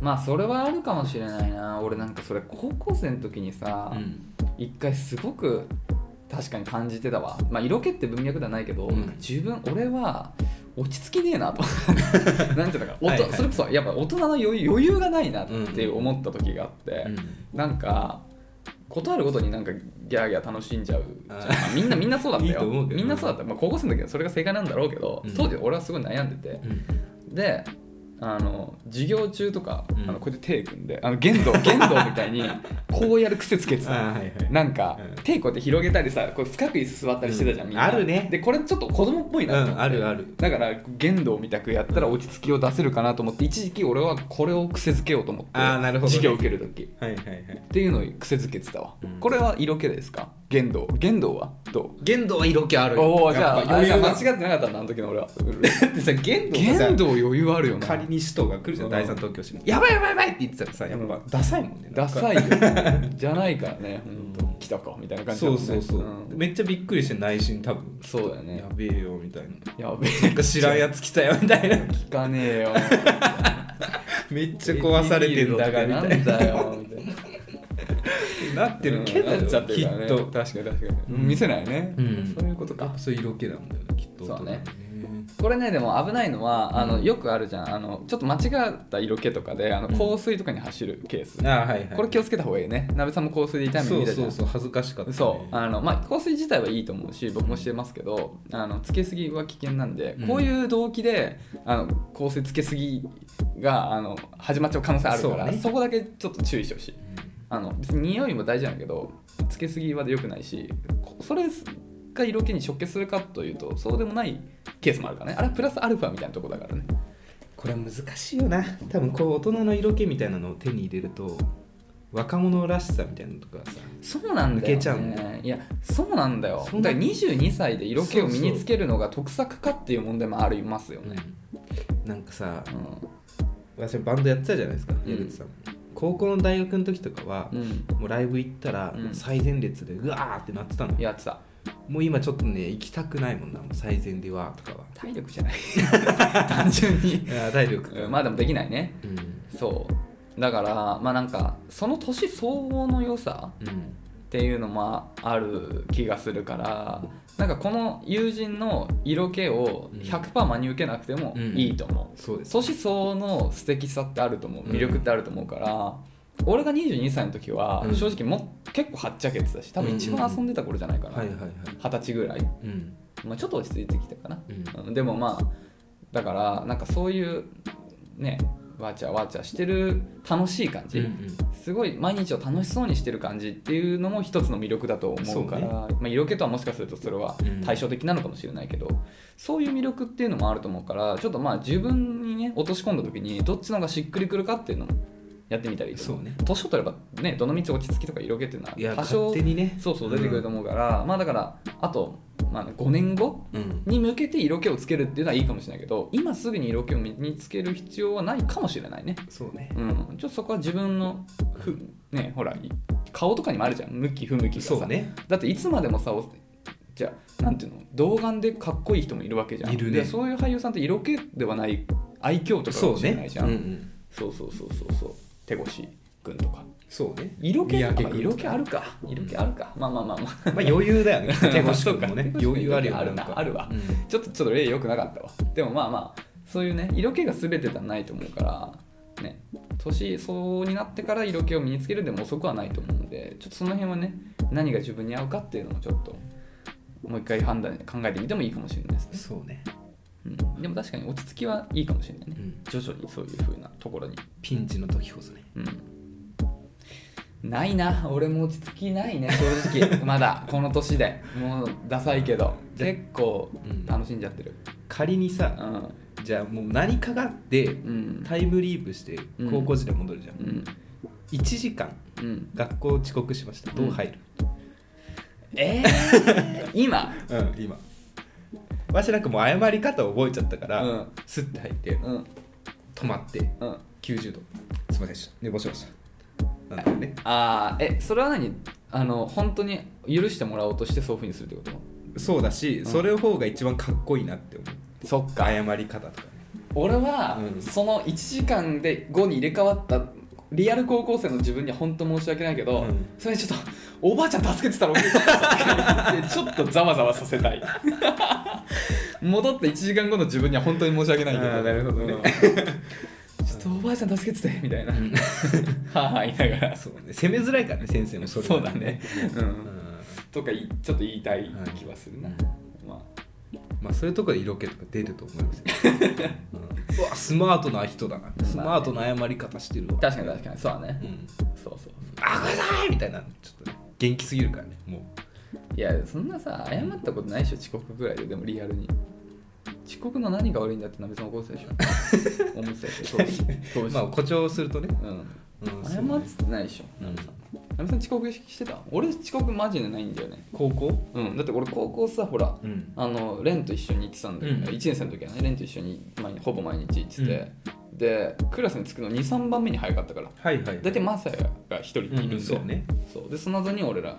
まあそれはあるかもしれないな俺なんかそれ高校生の時にさ、とうん一回すごく確かに感じてたわ、まあ、色気って文脈ではないけど、うんなんか十分俺は落ち着きねえな となんていうのかおとはいはいそれこそやっぱ大人の余裕余裕がないなって思った時があって、なんか断るごとになんかギャーギャー楽しんじゃうじゃんあーまあみんなみんなそうだった よいいと思うけどみんなそうだった、まあ、高校生の時はそれが正解なんだろうけど、うん当時俺はすごい悩んでて、うんであの授業中とか、うんあのこうやって手組んであの剣道 剣道みたいにこうやる癖つけてあたーはいはいなんか、うん手こうやって広げたりさこう深く椅子座ったりしてたじゃうん、んみんなあるねでこれちょっと子供っぽいなと思って、うんあるあるだから剣道みたくやったら落ち着きを出せるかなと思って一時期俺はこれを癖づけようと思ってあーなるほどね授業受ける時っはいはいはいていうのを癖づけてたわ、うんこれは色気ですか剣道剣道はど言動は色気あうるおおじゃあやっぱ余裕間が違ってなかったなあの時の俺はってさ言動がさ剣道余裕あるよな仮に首都が来るじゃうんん第三東京市にやばいやばいやばいって言ってたらさやっぱダサいもんねダいサいよじゃないから ね本当来たかみたいな感じそだもんうねそうそう、んめっちゃびっくりして内心多分そうだよねやべえよみたいなやべえなんか知らんやつ来たよみたいな 聞かねえよめっちゃ壊されてんだがみたいなんだよみたいなななってるけどなっちゃってきるっからねと確かに確かに、うん見せないね、うんそういうことやっかぱそういう色気なんだよねきっとそうねねこれねでも危ないのはあのよくあるじゃんあのちょっと間違った色気とかであの香水とかに走るケース、あはいはいこれ気をつけた方がいいね鍋さんも香水で痛みそ見うたじゃんそうそう恥ずかしかった、ね、そうあの、まあ、香水自体はいいと思うし僕もしてますけどあのつけすぎは危険なんで、うんこういう動機であの香水つけすぎがあの始まっちゃう可能性あるからそそ,、うねこだけちょっと注意してほしいあの別に匂いも大事なんだけどつけすぎは良くないしこそれが色気に直結するかというとそうでもないケースもあるからねあれはプラスアルファみたいなとこだからねこれ難しいよな多分こう大人の色気みたいなのを手に入れると若者らしさみたいなのとかさそうなんだよ、ね、抜けちゃうんだいやそうなんだよそんだなから22歳で色気を身につけるのが得策かっていう問題もありますよねなんかさうん私はバンドやってたじゃないですか矢口さんも、高校の大学の時とかは、うん、もうライブ行ったら、うん最前列でうわーってなってたのやってたもう今ちょっとね行きたくないもんなもう最前ではとかは体力 じゃない単純 にいや体力うんまあでもできないねうんそうだからまあなんかその年相応の良さうんっていうのもある気がするからなんかこの友人の色気をうん100%真に受けなくてもうんいいと思そううです年相応の素敵さってあると思ううん魅力ってあると思うから、俺が22歳の時はうん正直もう結構はっちゃけてたし多分一番遊んでた頃じゃないかなはい二は十いはい歳ぐらいうんまあ、ちょっと落ち着いてきたかな、うんうんでもまあだからなんかそういうねわちゃわちゃしてる楽しい感じ、すごい毎日を楽しそうにしてる感じっていうのも一つの魅力だと思うからそうまあ、色気とはもしかするとそれはうん対照的なのかもしれないけど、そういう魅力っていうのもあると思うからちょっとまあ自分にね落とし込んだ時にどっちのがしっくりくるかっていうのもやってみたらいいと思そうね年を取ればねどの道落ち着きとか色気っていうのいやは多勝少手にねそうそう出てくると思うから、まあだからあと、まあね、5年後うんに向けて色気をつけるっていうのはいいかもしれないけど今すぐに色気を身につける必要はないかもしれないねそうねうん、ちょっとそこは自分のふねほらい顔とかにもあるじゃん向き不向きがさそうねだっていつまでもさおじゃあなんていうの童顔でかっこいい人もいるわけじゃんいるねでそういう俳優さんって色気ではない愛嬌とかかそもうしれなねいじゃうんそう,、んうんそうそうそうそう手越君とかそうね色気三とか宅君色気あるか色気あるか、まあまあまあままああ余裕だよね 手越そう君かもね手越君余裕あるよねあるなんかあるわうんちょっとちょっと例良くなかったわでもまあまあそういうね色気が全てではないと思うからね年相応になってから色気を身につけるでも遅くはないと思うのでちょっとその辺はね何が自分に合うかっていうのもちょっともう一回判断考えてみてもいいかもしれないですね、そうねうん、でも確かに落ち着きはいいかもしれないねうん徐々にそういう風なところにピンチの時こそねうんないな俺も落ち着きないね正直 まだこの年でもうダサいけどじゃ結構うん楽しんじゃってる仮にうさんじゃあもう何かがあってうんタイムリープしてうん高校時代戻るじゃんうん1時間うん学校遅刻しましたどう入るえー、 今うん今わしなんかもう謝り方を覚えちゃったから、うんスッて入ってうん止まってうんあ90度すいませんでした寝坊しましたなんだよねあーえそれは何あの本当に許してもらおうとしてそういうふうにするってことそうだし、んそれの方が一番かっこいいなって思うそっ謝り方とかね俺は、うんその1時間で後に入れ替わったリアル高校生の自分には本当申し訳ないけど、うんそれちょっとおばあちゃん助けてたら俺ちょっと ってちょっとざわざわさせたい 戻って1時間後の自分には本当に申し訳ないけどあーなるほどねうんちょっとおばあちゃん助けててみたいな はあはあ言いながらそうね責めづらいからね先生もそれはそうだね、う、うんんとかいちょっと言いたい気はするな、はいままあそういうとこで色気とか出ると思いますよ、うんう わスマートな人だなスマートな謝り方してるわあ確かに確かにそうだね、うんそうそうそうあごめんなさいみたいなちょっとね元気すぎるからねもいやそんなさ謝ったことないでしょ遅刻ぐらいででもリアルに遅刻の何が悪いんだってな別に怒ってたでし ょ思ってたでしょ当う時まあ誇張するとね、うんうん、謝ってないでしょうんナミさん遅刻してた俺遅刻マジでないんだよね高校うんだって俺高校さほらうんあのレンと一緒に行ってたんだけど、うん1年生の時はねレンと一緒に毎日ほぼ毎日行ってて、でクラスに着くの23番目に早かったからはいはい大体マサヤが一人いるんで、うんそうねそうでその後に俺ら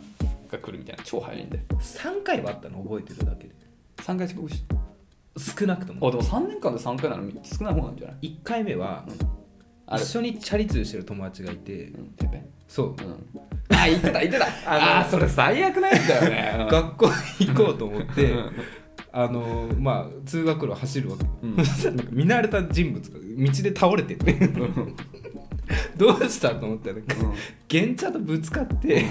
が来るみたいな超早いんで3回はあったの覚えてるだけで3回遅刻して少なくとあもでも3年間で3回なら少ない方なんじゃない1回目はあれ一緒にチャリ通してる友達がいてうんてっぺんそううんあ言ってた言ってたああ あーそれ最悪なやつだよねうん 学校行こうと思ってうんあのまあ通学路走るわけ うそんしたらなんか見慣れた人物が道で倒れてて うんどうしたと思ったらなんか原茶とぶつかって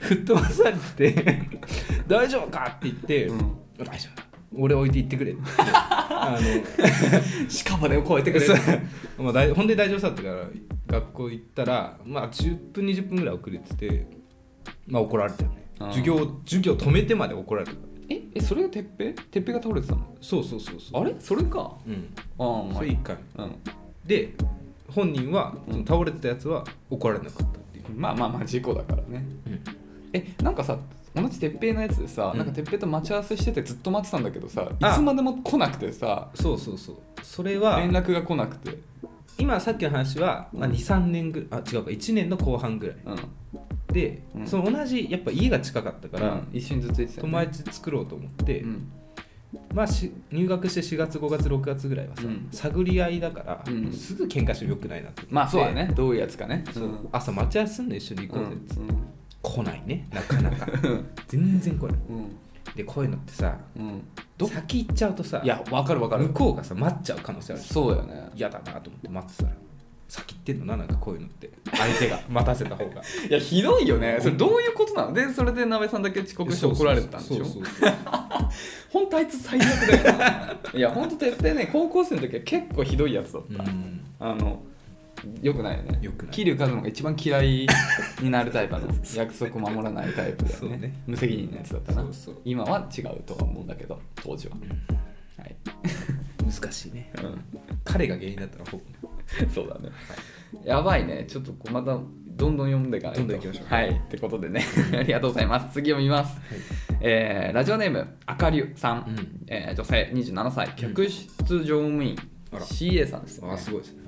吹っ飛ばされて「大丈夫か?」って言ってうん「大丈夫俺置いて行ってくれ」ってあの屍を越えてくれそるうまあ大本当に大丈夫さってから学校行ったらまあ10分20分ぐらい遅れててまあ怒られたよねあー授業授業止めてまで怒られたええそれがてっぺんてっぺんが倒れてたのそうそうそうそうあれそれかうんああまそあれ1回うんで本人はその倒れてたやつは怒られなかったっていう、まあまあまあ事故だからねえなんかさ同じ鉄平のやつでさ、うんなんか鉄平と待ち合わせしててずっと待ってたんだけどさいあつまでも来なくてさそうそうそうそれ連は絡が来なくて今さっきの話は、まあ、23年ぐあ違うか1年の後半ぐらいうんで、うんその同じやっぱ家が近かったから、うん一緒にずっと言ってたよね友達作ろうと思って、うんまあし入学して4月5月6月ぐらいはさ、うん探り合いだから、うんすぐ喧嘩してもよくないなって思ってまあそうだねどういうやつかねそううん朝待ち合わせすんの一緒に行こううんぜ、来ないねなかなか 全然来ないうんでこういうのってさうんど先行っちゃうとさ いやわかるわかる向こうがさ待っちゃう可能性あるしそうだよね嫌だなと思って待ってたら先行ってんのななんかこういうのって相手が待たせた方 がいやひどいよねそれどういうことなのでそれで鍋さんだけ遅刻して怒られてたんでしょそうそうそう 本当あいつ最悪だよないや本当てっぺんね高校生の時は結構ひどいやつだっうた、んあのよくないよね良くない桐生一馬が一番嫌いになるタイプ の約束を守らないタイプだよそうねね無責任なやつだったなそうそう今は違うとは思うんだけど当時は、はい、難しいね彼が原因だったらほぼそうだね。やばいね。ちょっとこうまたどんどん読んでいかないと。どんどん行きましょうはい。ってことでね、 ありがとうございます。次読みます。えーラジオネーム、あかりゅさん、うんえー女性27歳、客室乗務員、あら CA さんです、ね。あすごいですね、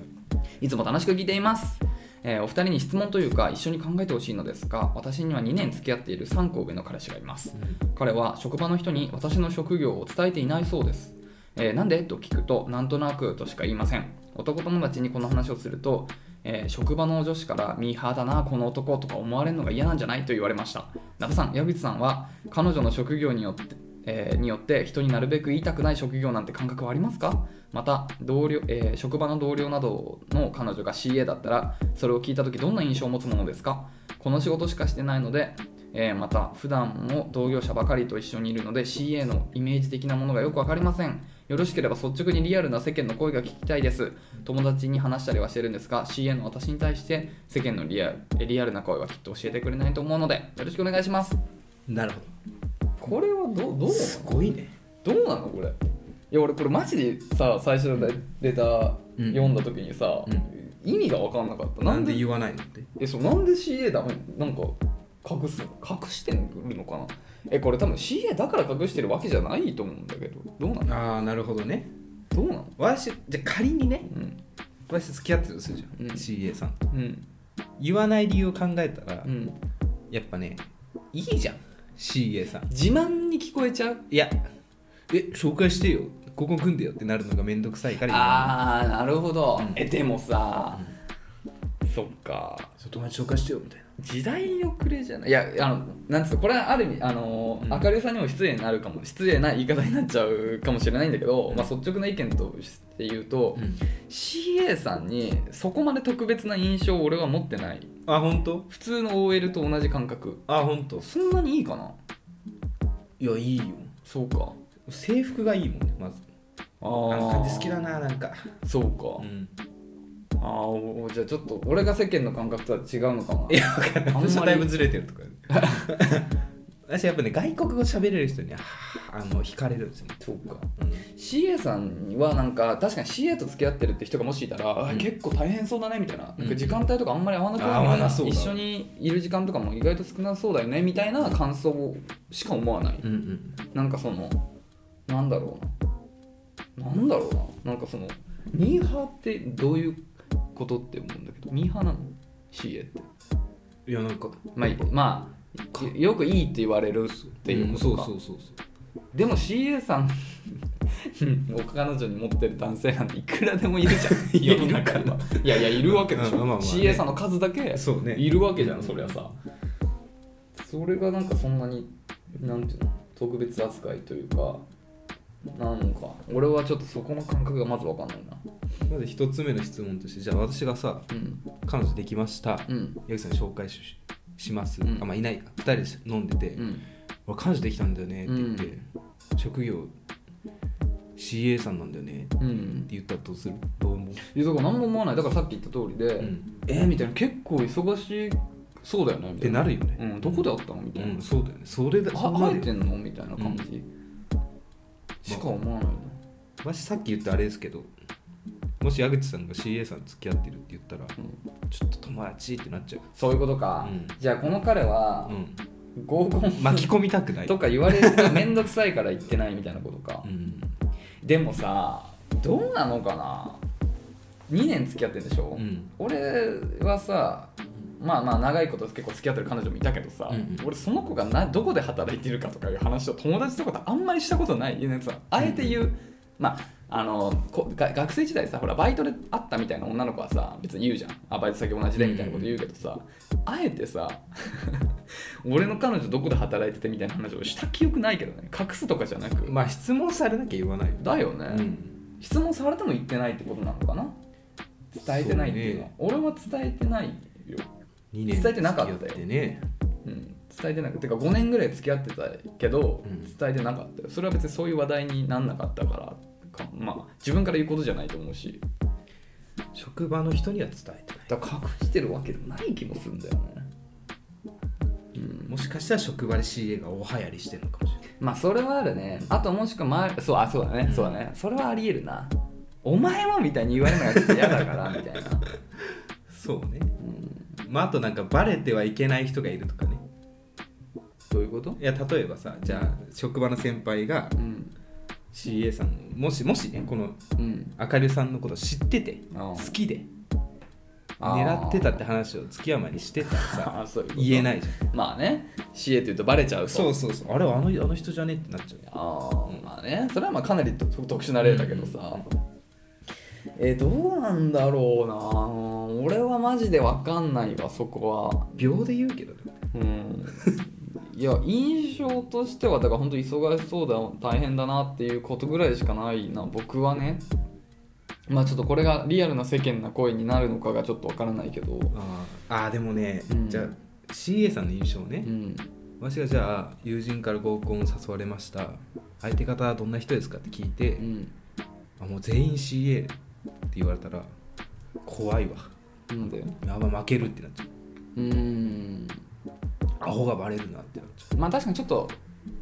いつも楽しく聞いています、えーお二人に質問というか一緒に考えてほしいのですが私には2年付き合っている3個上の彼氏がいます、彼は職場の人に私の職業を伝えていないそうです、えーなんでと聞くとなんとなくとしか言いません男友達にこの話をすると、えー職場の女子からミーハーだなこの男とか思われるのが嫌なんじゃないと言われました那須さん矢口さんは彼女の職業によってえーによって人になるべく言いたくない職業なんて感覚はありますかまた同僚、えー職場の同僚などの彼女が CA だったらそれを聞いた時どんな印象を持つものですかこの仕事しかしてないので、えーまた普段も同業者ばかりと一緒にいるので CA のイメージ的なものがよくわかりませんよろしければ率直にリアルな世間の声が聞きたいです友達に話したりはしてるんですが CA の私に対して世間のリアルえリアルな声はきっと教えてくれないと思うのでよろしくお願いしますなるほこれはどうどうどすごいねどうなのこれいや俺これマジでさ最初のレターうん読んだ時にさ、うん意味が分かんなかったななんんでで言わないのってえそうなんで CA だなんか隠す隠してるのかなえこれ多分 CA だから隠してるわけじゃないと思うんだけどどうなのああなるほどねどうなのわしじゃあ仮にねうんわし付き合ってるとするじゃん、うん CA さんうん言わない理由を考えたら、うんやっぱねいいじゃん CA さん自慢に聞こえちゃういやえ紹介してよここ組んでよってなるのがめんどくさいから言わないああなるほど、うんえでもさ、そっかそう友達紹介してよみたいな時代遅れじゃないいやあのなんつうのこれはある意味あの、うんあかりさんにも失礼になるかも失礼な言い方になっちゃうかもしれないんだけど、まあ、率直な意見として言うと、CA さんにそこまで特別な印象を俺は持ってないあ本当普通の OL と同じ感覚あ本当そんなにいいかないやいいよそうか制服がいいもんねまずああのー感じ好きだななんかそうか、んああおじゃあちょっと俺が世間の感覚とは違うのかないや分かんないあんまり私はだいぶずれてるとか私やっぱね外国語喋れる人にはああの惹かれるんですよね、そうかうん、 CA さんはなんか確かに CA と付き合ってるって人がもしいたら、あ結構大変そうだねみたいな,、うんなんか時間帯とかあんまり合わなくて、あ合わなそうだ一緒にいる時間とかも意外と少なそうだよねみたいな感想しか思わない、うんうんなんかそのなんだろうななんだろうななんかそのミーハーってどういうことって思うんだけどミーハーなの CA っていやなんかまあいまあよよくいいって言われるっていううんことそうか、そうそうそうでも CA さん を彼女に持ってる男性なんていくらでもいるじゃん世の中にはいやいやいるわけでしうょ、んまあまあね CA さんの数だけそうねいるわけじゃん、そりゃさそれがなんかそんなになんていうの特別扱いというかなのか俺はちょっとそこの感覚がまず分かんないなまず一つ目の質問としてじゃあ私がさうん彼女できましたうん矢口さんに紹介しします、うんあまあいないか2人で飲んでて、うん俺彼女できたんだよねって言って、職業 CA さんなんだよねってうん言ったとするどう思う、いやだから何も思わないだからさっき言った通りで、うんえー、みたいな結構忙しそうだよねっみたていななるよね、うん、どこで会ったのみたいな、うん、そうだよねそれだはそんな生るえよてんのみたいな感じ、しか思わないな、わしさっき言ったあれですけどもし矢口さんが CA さんと付き合ってるって言ったらうんちょっと友達ってなっちゃうそういうことか、うんじゃあこの彼はうん合コン巻き込みたくないとか言われると面倒くさいから言ってないみたいなことかう、んでもさどうなのかな2年付き合ってるでしょ、うん俺はさまあまあ長いこと結構付き合ってる彼女もいたけどさ、うんうん俺その子がなどこで働いてるかとかいう話を友達とかとあんまりしたことない言うやつはあえて言う、まああのこが学生時代さほらバイトで会ったみたいな女の子はさ別に言うじゃんあバイト先同じでみたいなこと言うけどさ、あえてさ 俺の彼女どこで働いててみたいな話をした記憶ないけどね隠すとかじゃなく、まあ質問されなきゃ言わないよねだよね、うん質問されても言ってないってことなのかな伝えてないっていうのは俺は伝えてないよ、 2年伝えてなかったよ付き合ってねうん、伝えてなくてか5年ぐらい付き合ってたけど、うん伝えてなかったよそれは別にそういう話題になんなかったからかまあ自分から言うことじゃないと思うし職場の人には伝えてないだから隠してるわけでもない気もするんだよね、うん、もしかしたら職場で CA が大流行りしてるのかもしれないまあそれはあるねあともしくは周りそうあそうだねそうだねそれはありえるなお前はみたいに言われるのがちょっと嫌だからみ たいな、そうねうん、まああとなんかバレてはいけない人がいるとかねどういうこといや例えばさじゃあ職場の先輩がうん CA さんもしもしねこのうんあかりさんのこと知っててうん好きであ狙ってたってー話を付き合う前にしてたら あさーそういうこと言えないじゃんまあね CA って言うとバレちゃうとそうそうそうあれはあのあの人じゃねってなっちゃうああまあねそれはまあかなりと特殊な例だけどさ、えーどうなんだろうな俺はマジで分かんないわそこは秒で言うけどねうんいや印象としてはだから本当忙しそうだ大変だなっていうことぐらいしかないな僕はねまあちょっとこれがリアルな世間な声になるのかがちょっと分からないけどあーあーでもね、うんじゃあ CA さんの印象うね、んわしがじゃあ友人から合コンを誘われました相手方はどんな人ですかって聞いて、うんあもう全員 CA って言われたら怖いわなんでやば負けるってなっちゃううんアホがバレるなってなっちゃまあ確かにちょっと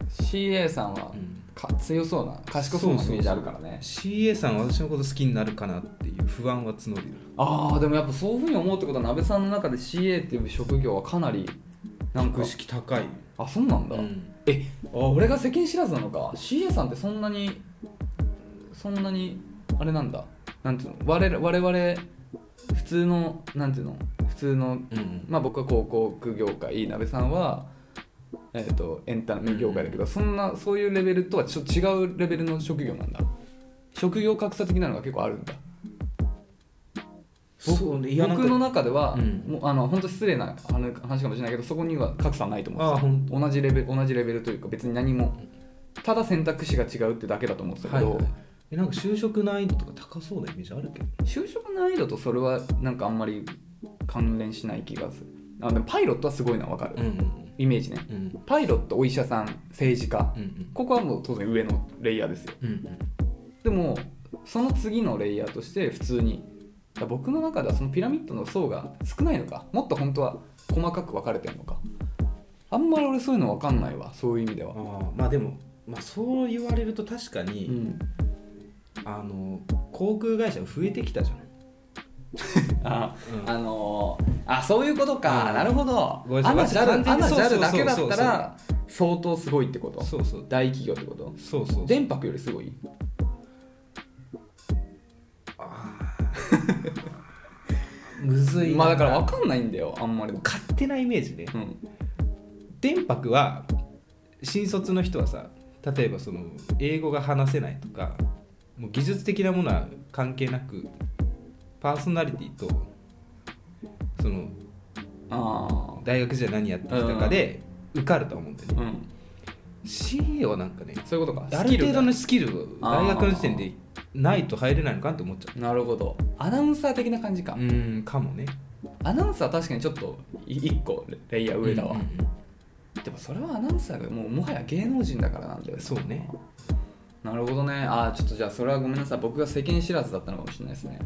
CA さんはう、うんか強そうな賢そうなイメージあるからね CA さんは私のこと好きになるかなっていう不安は募るよああでもやっぱそういうふうに思うってことは鍋さんの中で CA っていう職業はかなりなんか格式高い、あそうなんだ、うんえあ俺が世間知らずなのか CA さんってそんなにそんなにあれなんだなんていうの我々我々普通のなんていうの普通のうんまあ僕は広告業界鍋さんは、えー、とエンタメ業界だけど、そんなそういうレベルとはちょっと違うレベルの職業なんだ職業格差的なのが結構あるんだそうねいやなんか僕の中では、うんもうあの本当失礼なあの話かもしれないけどそこには格差はないと思ああうほんと同じレベル同じレベルというか別に何もただ選択肢が違うってだけだと思ってたけはいど、はいえなんか就職難易度とか高そうなイメージあるけど就職難易度とそれはなんかあんまり関連しない気がするあでもパイロットはすごいのは分かる、うんうんイメージねうんパイロットお医者さん政治家うんうんここはもう当然上のレイヤーですようんうんでもその次のレイヤーとして普通にだから僕の中ではそのピラミッドの層が少ないのかもっと本当は細かく分かれてるのかあんまり俺そういうの分かんないわそういう意味ではああまあでも、まあ、そう言われると確かに、うんあの航空会社増えてきたじゃん あうんあのーあそういうことか、うんなるほどごめんあのなさい JAL 完全にそうそうそうだけだったら相当すごいってことそうそう大企業ってことそうそう電波よりすごいあーむずいなまあだから分かんないんだよあんまり、勝手なイメージねうん、電白は新卒の人はさ例えばその英語が話せないとかもう技術的なものは関係なくパーソナリティとそのあ大学時代何やってきたかで受かると思うんだよあね、うん CA はなんかねそういうことかある程度のススキルを大学の時点でないと入れないのかなって思っちゃキルがなるほどアナウンサー的な感じか、ううんかもねアナウンサーは確かにちょっと1個レイヤー上だうわ、んうんうんでもそれはアナウンサーがもうもはや芸能人だからなんだよねそうねなるほどねあーちょっとじゃあそれはごめんなさい僕が世間知らずだったのかもしれないですね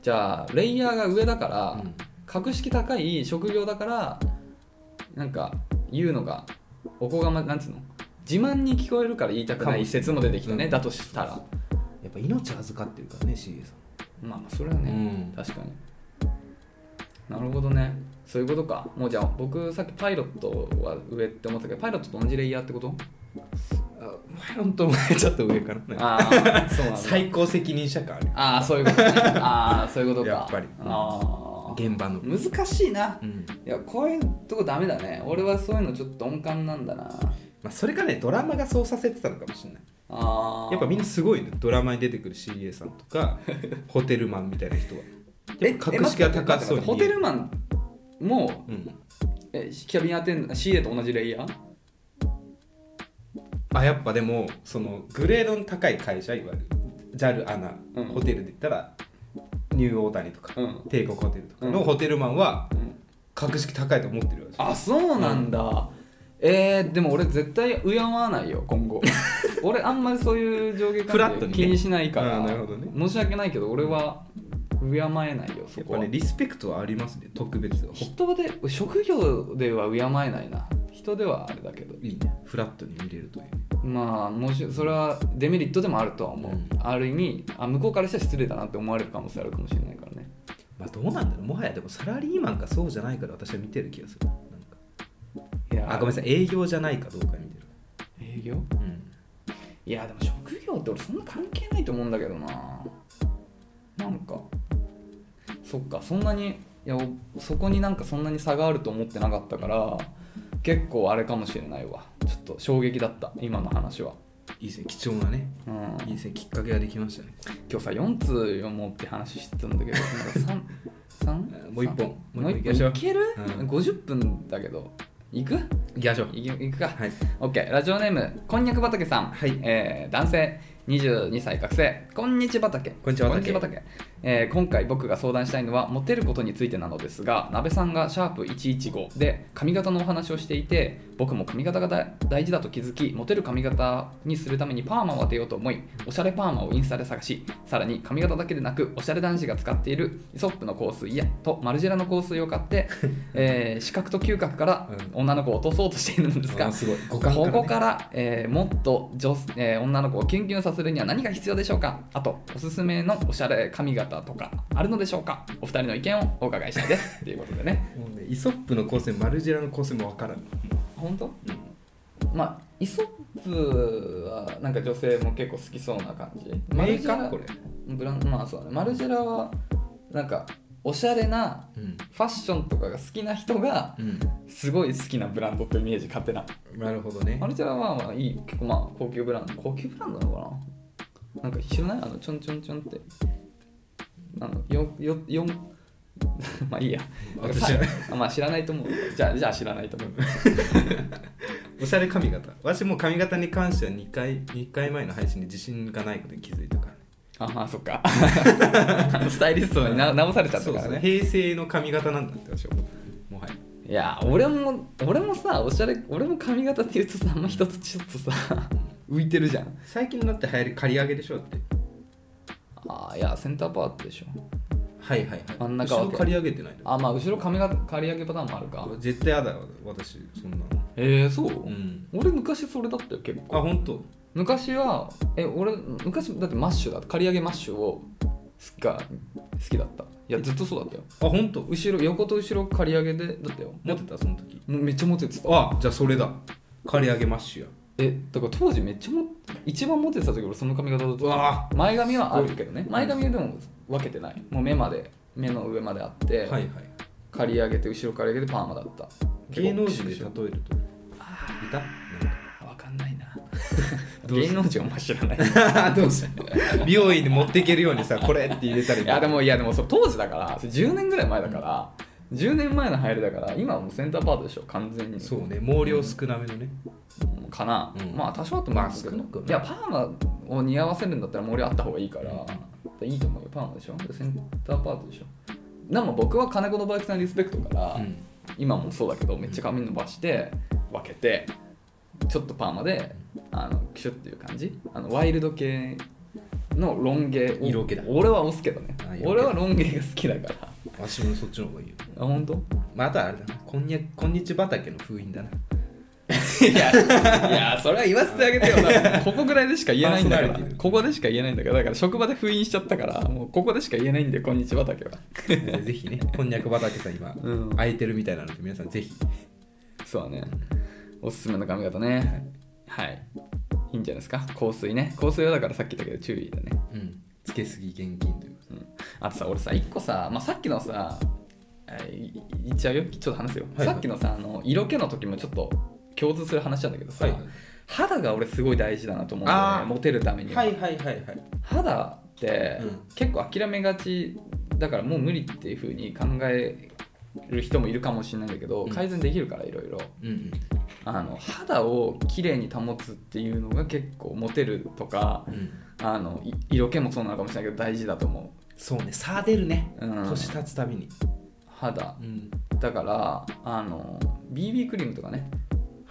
じゃあレイヤーが上だから、うん格式高い職業だからなんか言うのがおこがまなんつうの自慢に聞こえるから言いたくかもない説も出てきたね、うんだとしたらやっぱ命預かってるからね CA さまあまあそれはん、ね、うん確かになるほどねそういうことかもうじゃあ僕さっきパイロットは上って思ったけどパイロットと同じレイヤーってことあパイロットもちょっと上かなああそうなんだ 最高責任者感あるああそういうことねああそういうことかやっぱりあ現場の、あ難しいなうんいやこういうとこダメだね俺はそういうのちょっと鈍感なんだなまあ、それがねドラマがそうさせてたのかもしれないああやっぱみんなすごいねドラマに出てくる CA さんとか ホテルマンみたいな人はえ格式が高そうえに待って待ってホテルマンもうんえキャビンアテンダー CA と同じレイヤーあやっぱでもそのグレードの高い会社いわゆる JAL アナ、うんホテルで言ったらニューオータニとか、うん帝国ホテルとかうのんホテルマンはうん格式高いと思ってるわけあそうなんだ、えー、でも俺絶対敬わないよ今 後俺あんまりそういう上下フラット関に係ね気にしないから、あーなるほどね申し訳ないけど俺は敬えないよそやっこぱはねリスペクトはありますね特別ほ人で職業では敬えないな人ではあれだけどいいねフラットに見れるというまあもしそれはデメリットでもあるとは思う、うんある意味あ向こうからしたら失礼だなって思われる可能性あるかもしれないからねまあどうなんだろうもはやでもサラリーマンかそうじゃないから私は見てる気がするなんかいやあごめんなさい営業じゃないかどうか見てる営業うんいやでも職業って俺そんな関係ないと思うんだけどななんかそっかそんなにいやおそこになんかそんなに差があると思ってなかったから結構あれかもしれないわちょっと衝撃だった今の話は、いいですね貴重なねうん、いいですねきっかけができましたね今日さ4通読もうって話してたんだけど なんか3 3もう一本ももうう一一本いきま本しょういける、うん ?50 分だけど行くいきましょういけいくかはい、 OK ラジオネームこんにゃく畑さん、はいえー男性22歳学生こんにち畑こんにちは畑えー今回僕が相談したいのはモテることについてなのですがなべさんが「シャープ #115」で髪型のお話をしていて僕も髪型がだ大事だと気づきモテる髪型にするためにパーマを当てようと思いおしゃれパーマをインスタで探しさらに髪型だけでなくおしゃれ男子が使っているイソップの香水やとマルジェラの香水を 買って、えー視覚と嗅覚から女の子を落とそうとしているのですが、あすごい五感から、こね、こから、えーもっと女,、えー女の子をキュンキュンさせるには何が必要でしょうかあとおすすめのおしゃれ髪型とかあるのでしょうかお二人の意見をお伺いしたいです っていうことでねもうねイソップの構成マルジェラの構成もわからん本当まあイソップはなんか女性も結構好きそうな感じマメルージェカーラこれ、ブランまあそうだねマルジェラはなんかおしゃれなうんファッションとかが好きな人がすごい好きなブランドってイメージ勝手ななるほどねマルチェラはまあいい結構まあ高級ブランド高級ブランドなのかななんか知らないあのちょんちょんちょんってあのよよよん まあいいや私知らないあまあ知らないと思うじゃあじゃあ知らないと思うおしゃれ髪型私もう髪型に関しては2回二回前の配信に自信がないことに気づいたからねあまあそっ かスタイリストにな直されちゃったからそうそうね平成の髪型なんだって私は思うもはやいや俺も俺もさおしゃれ俺も髪型って言うとさあんま一つちょっとさ 浮いてるじゃん最近のだって流行り刈り上げでしょだってああいやセンターパートでしょはいはいはい真ん中分後けろ刈り上げてないあまあ後ろ髪が刈り上げパターンもあるか絶対やだよ私そんなのええそう、うん俺昔それだったよ結構あ本当昔はえ俺昔だってマッシュだった刈り上げマッシュをすっか好きだったいやずっとそうだったよあ本当後ろ横と後ろ刈り上げでだったよ持ってたその時もうめっちゃモテてたあじゃあそれだ刈り上げマッシュやえだから当時めっちゃも一番モテてた時俺その髪型だっうわた前髪はあるけどね前髪はでも分けてないもう目まで目の上まであって、はいはい刈り上げて後ろ刈り上げてパーマだった芸能人で例結構えるといたあ分かんないなどうす 芸る能人お前知らないなんか どうしよう美容院で持っていけるようにさこれって入れたりいやでもいやでもそう当時だからそれ10年ぐらい前だから、10年前の流行りだから今はもうセンターパートでしょ完全にそうね毛量少なめのねかな、うんまあ多少あってもいいんですけど、まあ少なくはないいやパーマを似合わせるんだったら毛量あった方がいいから、いいと思うよパーマでしょでセンターパートでしょでも僕は金子のバイクさんリスペクトから、うん今もそうだけどめっちゃ髪伸ばして分けてちょっとパーマであのクシュッていう感じあのワイルド系のロン毛を色気だ俺は押すけどねあ色気俺はロン毛が好きだからあ私もそっちの方がいいよ本当まああとはあれだなこんにゃこんにち畑の封印だない やいやそれは言わせてあげてよだ ってここぐらいでしか言えないんだパかーらソナリティここでしか言えないんだからだから職場で封印しちゃったからもうここでしか言えないんでこんにちはだけはぜひね、こんにゃく畑さん今、うん空いてるみたいなので、皆さんぜひ。そうだねおすすめの髪型ねはいいいんじゃないですか香水ね香水はだからさっきだけど注意だねうん。つけすぎ厳禁というこあとさ俺さ一個さ、まあ、さっきのさあい言っちゃうよちょっと話すよ、はいはいさっきのさあの色気の時もちょっと共通する話なんだけどさ、はいはい肌が俺すごい大事だなと思うんだよあーねモテるためとにで。は、はいはいはい。肌ってうん結構諦めがちだからもう無理っていう風に考える人もいるかもしれないんだけど、うん改善できるからいろいろうんあの肌を綺麗に保つっていうのが結構モテるとかうん。うん。あのい色気もそうなのかもしれないけど大事だと思そうね、差出るね。う、うん、年経つたびに。肌うん。だからあの BB クリームとかね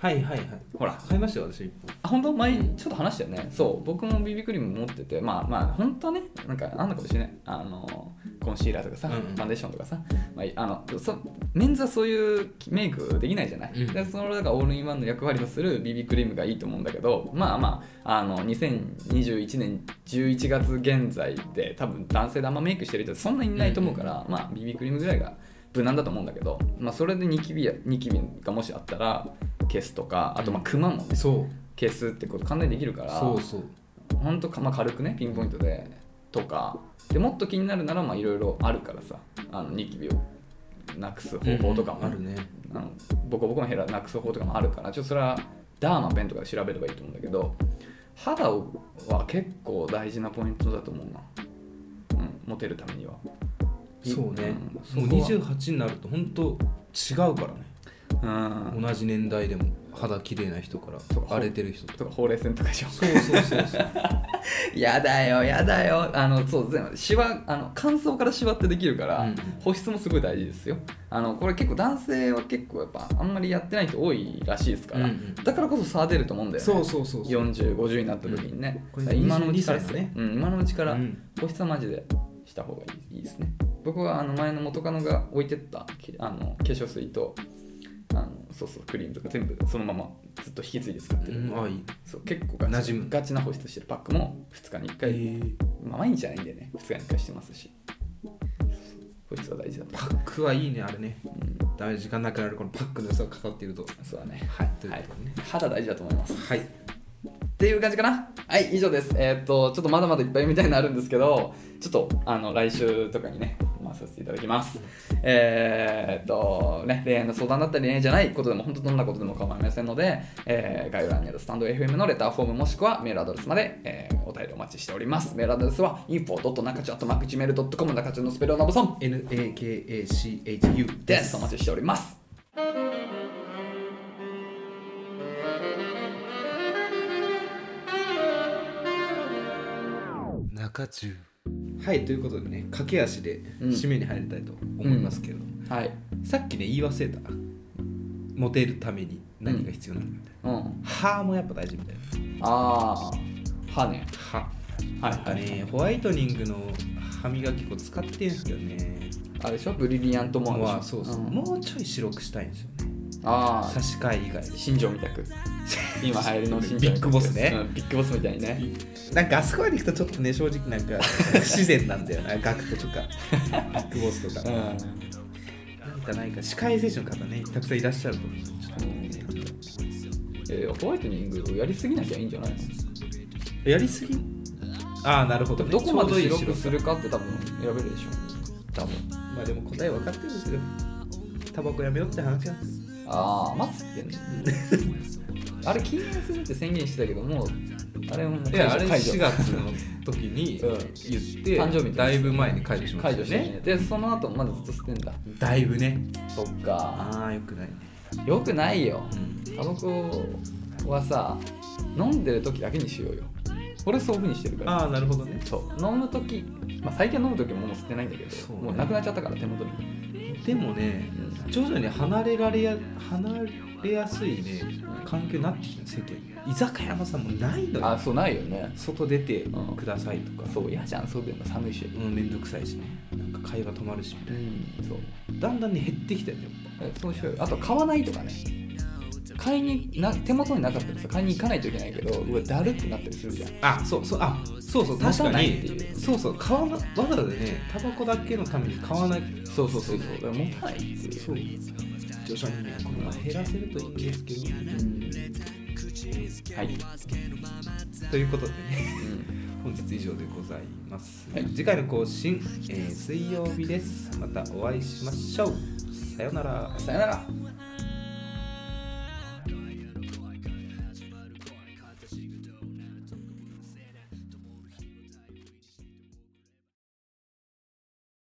はいはいはい。ほら買いましたよ、私一あ本当前うんちょっと話したよねそう僕も BB クリーム持っててまあまあ本当はねなんかあんのかもしれないあのコンシーラーとかさ、うんうんファンデーションとかさ、まあい、あのそメンズはそういうメイクできないじゃない、うんでそのだからオールインワンの役割をする BB クリームがいいと思うんだけどまあまああの2021年11月現在で多分男性であんまメイクしてる人ってそんなにいないと思うから、まあ BB クリームぐらいが無難だと思うんだけど、まあ、それでニキビやニキビがもしあったら消すとかあとまあクマもねそう消すってこと簡単にできるからそうそうほんとか、まあ、軽くねピンポイントでとかでもっと気になるならまあいろいろあるからさあのニキビをなくす方法とかも、あるねあのボコボコのヘラなくす方法とかもあるからちょっとそれはダーマペンとかで調べればいいと思うんだけど肌をは結構大事なポイントだと思うな、うん、モテるためにはそうね、うんもうそこ28になると本当違うからね、うん同じ年代でも肌綺麗な人からそう荒れてる人ととかほうれい線とかでしょそうそうそうそうやだよやだよあのそう全部シワあの乾燥からシワってできるから、うん保湿もすごい大事ですよあのこれ結構男性は結構やっぱあんまりやってない人多いらしいですから、 うんうんだからこそ差出ると思うんだよねそうそうそうそう4050になった時にね、うんだから今のうちから22歳だねうん、今のうちからうん保湿はマジでした方がいいいいですね僕はあの前の元カノが置いてったきあの化粧水とあのそうそうクリームとか全部そのままずっと引き継いで使ってるんで、うんあいいそう結構ガチ馴染むガチな保湿してるパックも2日に1回、まあ、毎日じゃないんでね2日に1回してますし保湿は大事だとパックはいいねあれねうんダメ時間なくなるこのパックの良さを語っているとそうだねはいというはいことでね、肌大事だと思いますはいっていう感じかなはい以上ですえーっとちょっとまだまだいっぱいみたいになるんですけどちょっとあの来週とかにね回させていただきますえーっとね恋愛の相談だったり恋愛じゃないことでも本当どんなことでも構いませんので、えー概要欄にあるスタンド FM のレターフォームもしくはメールアドレスまで、えーお便りお待ちしておりますメールアドレスは info.nakachu.macgmail.com 中中のスペルをナボソン NAKACHU ですお待ちしております中中はいということでね駆け足で締めに入りたいと思いますけれども、はいさっきね言い忘れたモテるために何が必要なのかみたいうんな歯もやっぱ大事みたいなああ歯ね歯はいなんかねホワイトニングの歯磨き粉使ってんすけどねあれでしょブリリアントモアでしょ、まあそうそう、んもうちょい白くしたいんですよねあ差あし替え以外で新庄みたく今流行りの新庄 みたくビッグボスねうんビッグボスみたいにねなんかあそこまで行くとちょっとね正直なんか不自然なんだよな ガクトとかビッグボスとかうんなんかないか歯科衛生士の方ねたくさんいらっしゃると思うんですよちょっえーホワイトニングをやりすぎなきゃいいんじゃないとやりすぎああなるほど、ね、どこまで白くさするかって多分選べるでしょ多分まあでも答え分かってるんですよタバコやめようって話なんですああマスクってね あれ禁煙するって宣言してたけどもうあれはもういやあれ解除4月の時 にう言んって、誕生日だいぶ前に解除しま解し除したてよねねでその後まだずっと吸ってんだだいぶねそっかああよくないね、よくないようん、タバコはさ飲んでる時だけにしようよ俺そういうふうにしてるからああなるほどねそう飲む時、まあ、最近は飲む時ももう吸ってないんだけど、そうねもうなくなっちゃったから手元に、でもね徐々に離れられや離れやすいね環境になってきた世間居酒屋もさもうないのあよそうないよね外出てうんくださいとかそう嫌じゃんそうだよな寒いしうん面倒くさいしねなんか会話止まるしみたういんそうなだんだんね減ってきたよねやっぱえそうしようよあと買わないとかね買いにな手元になかったらさ買いに行かないといけないけどうわだるってなったりするじゃんあそうそうあそうそう持確たかないってにいうそうそう買わなわざわざねタバコだけのために買わないそうそうそうそうだから持たないっていうそう徐々にねこのまま減らせるといいんですけどうんはい、ということでね うん、本日以上でございます、はい次回の更新、えー水曜日ですまたお会いしましょうさようならさよなら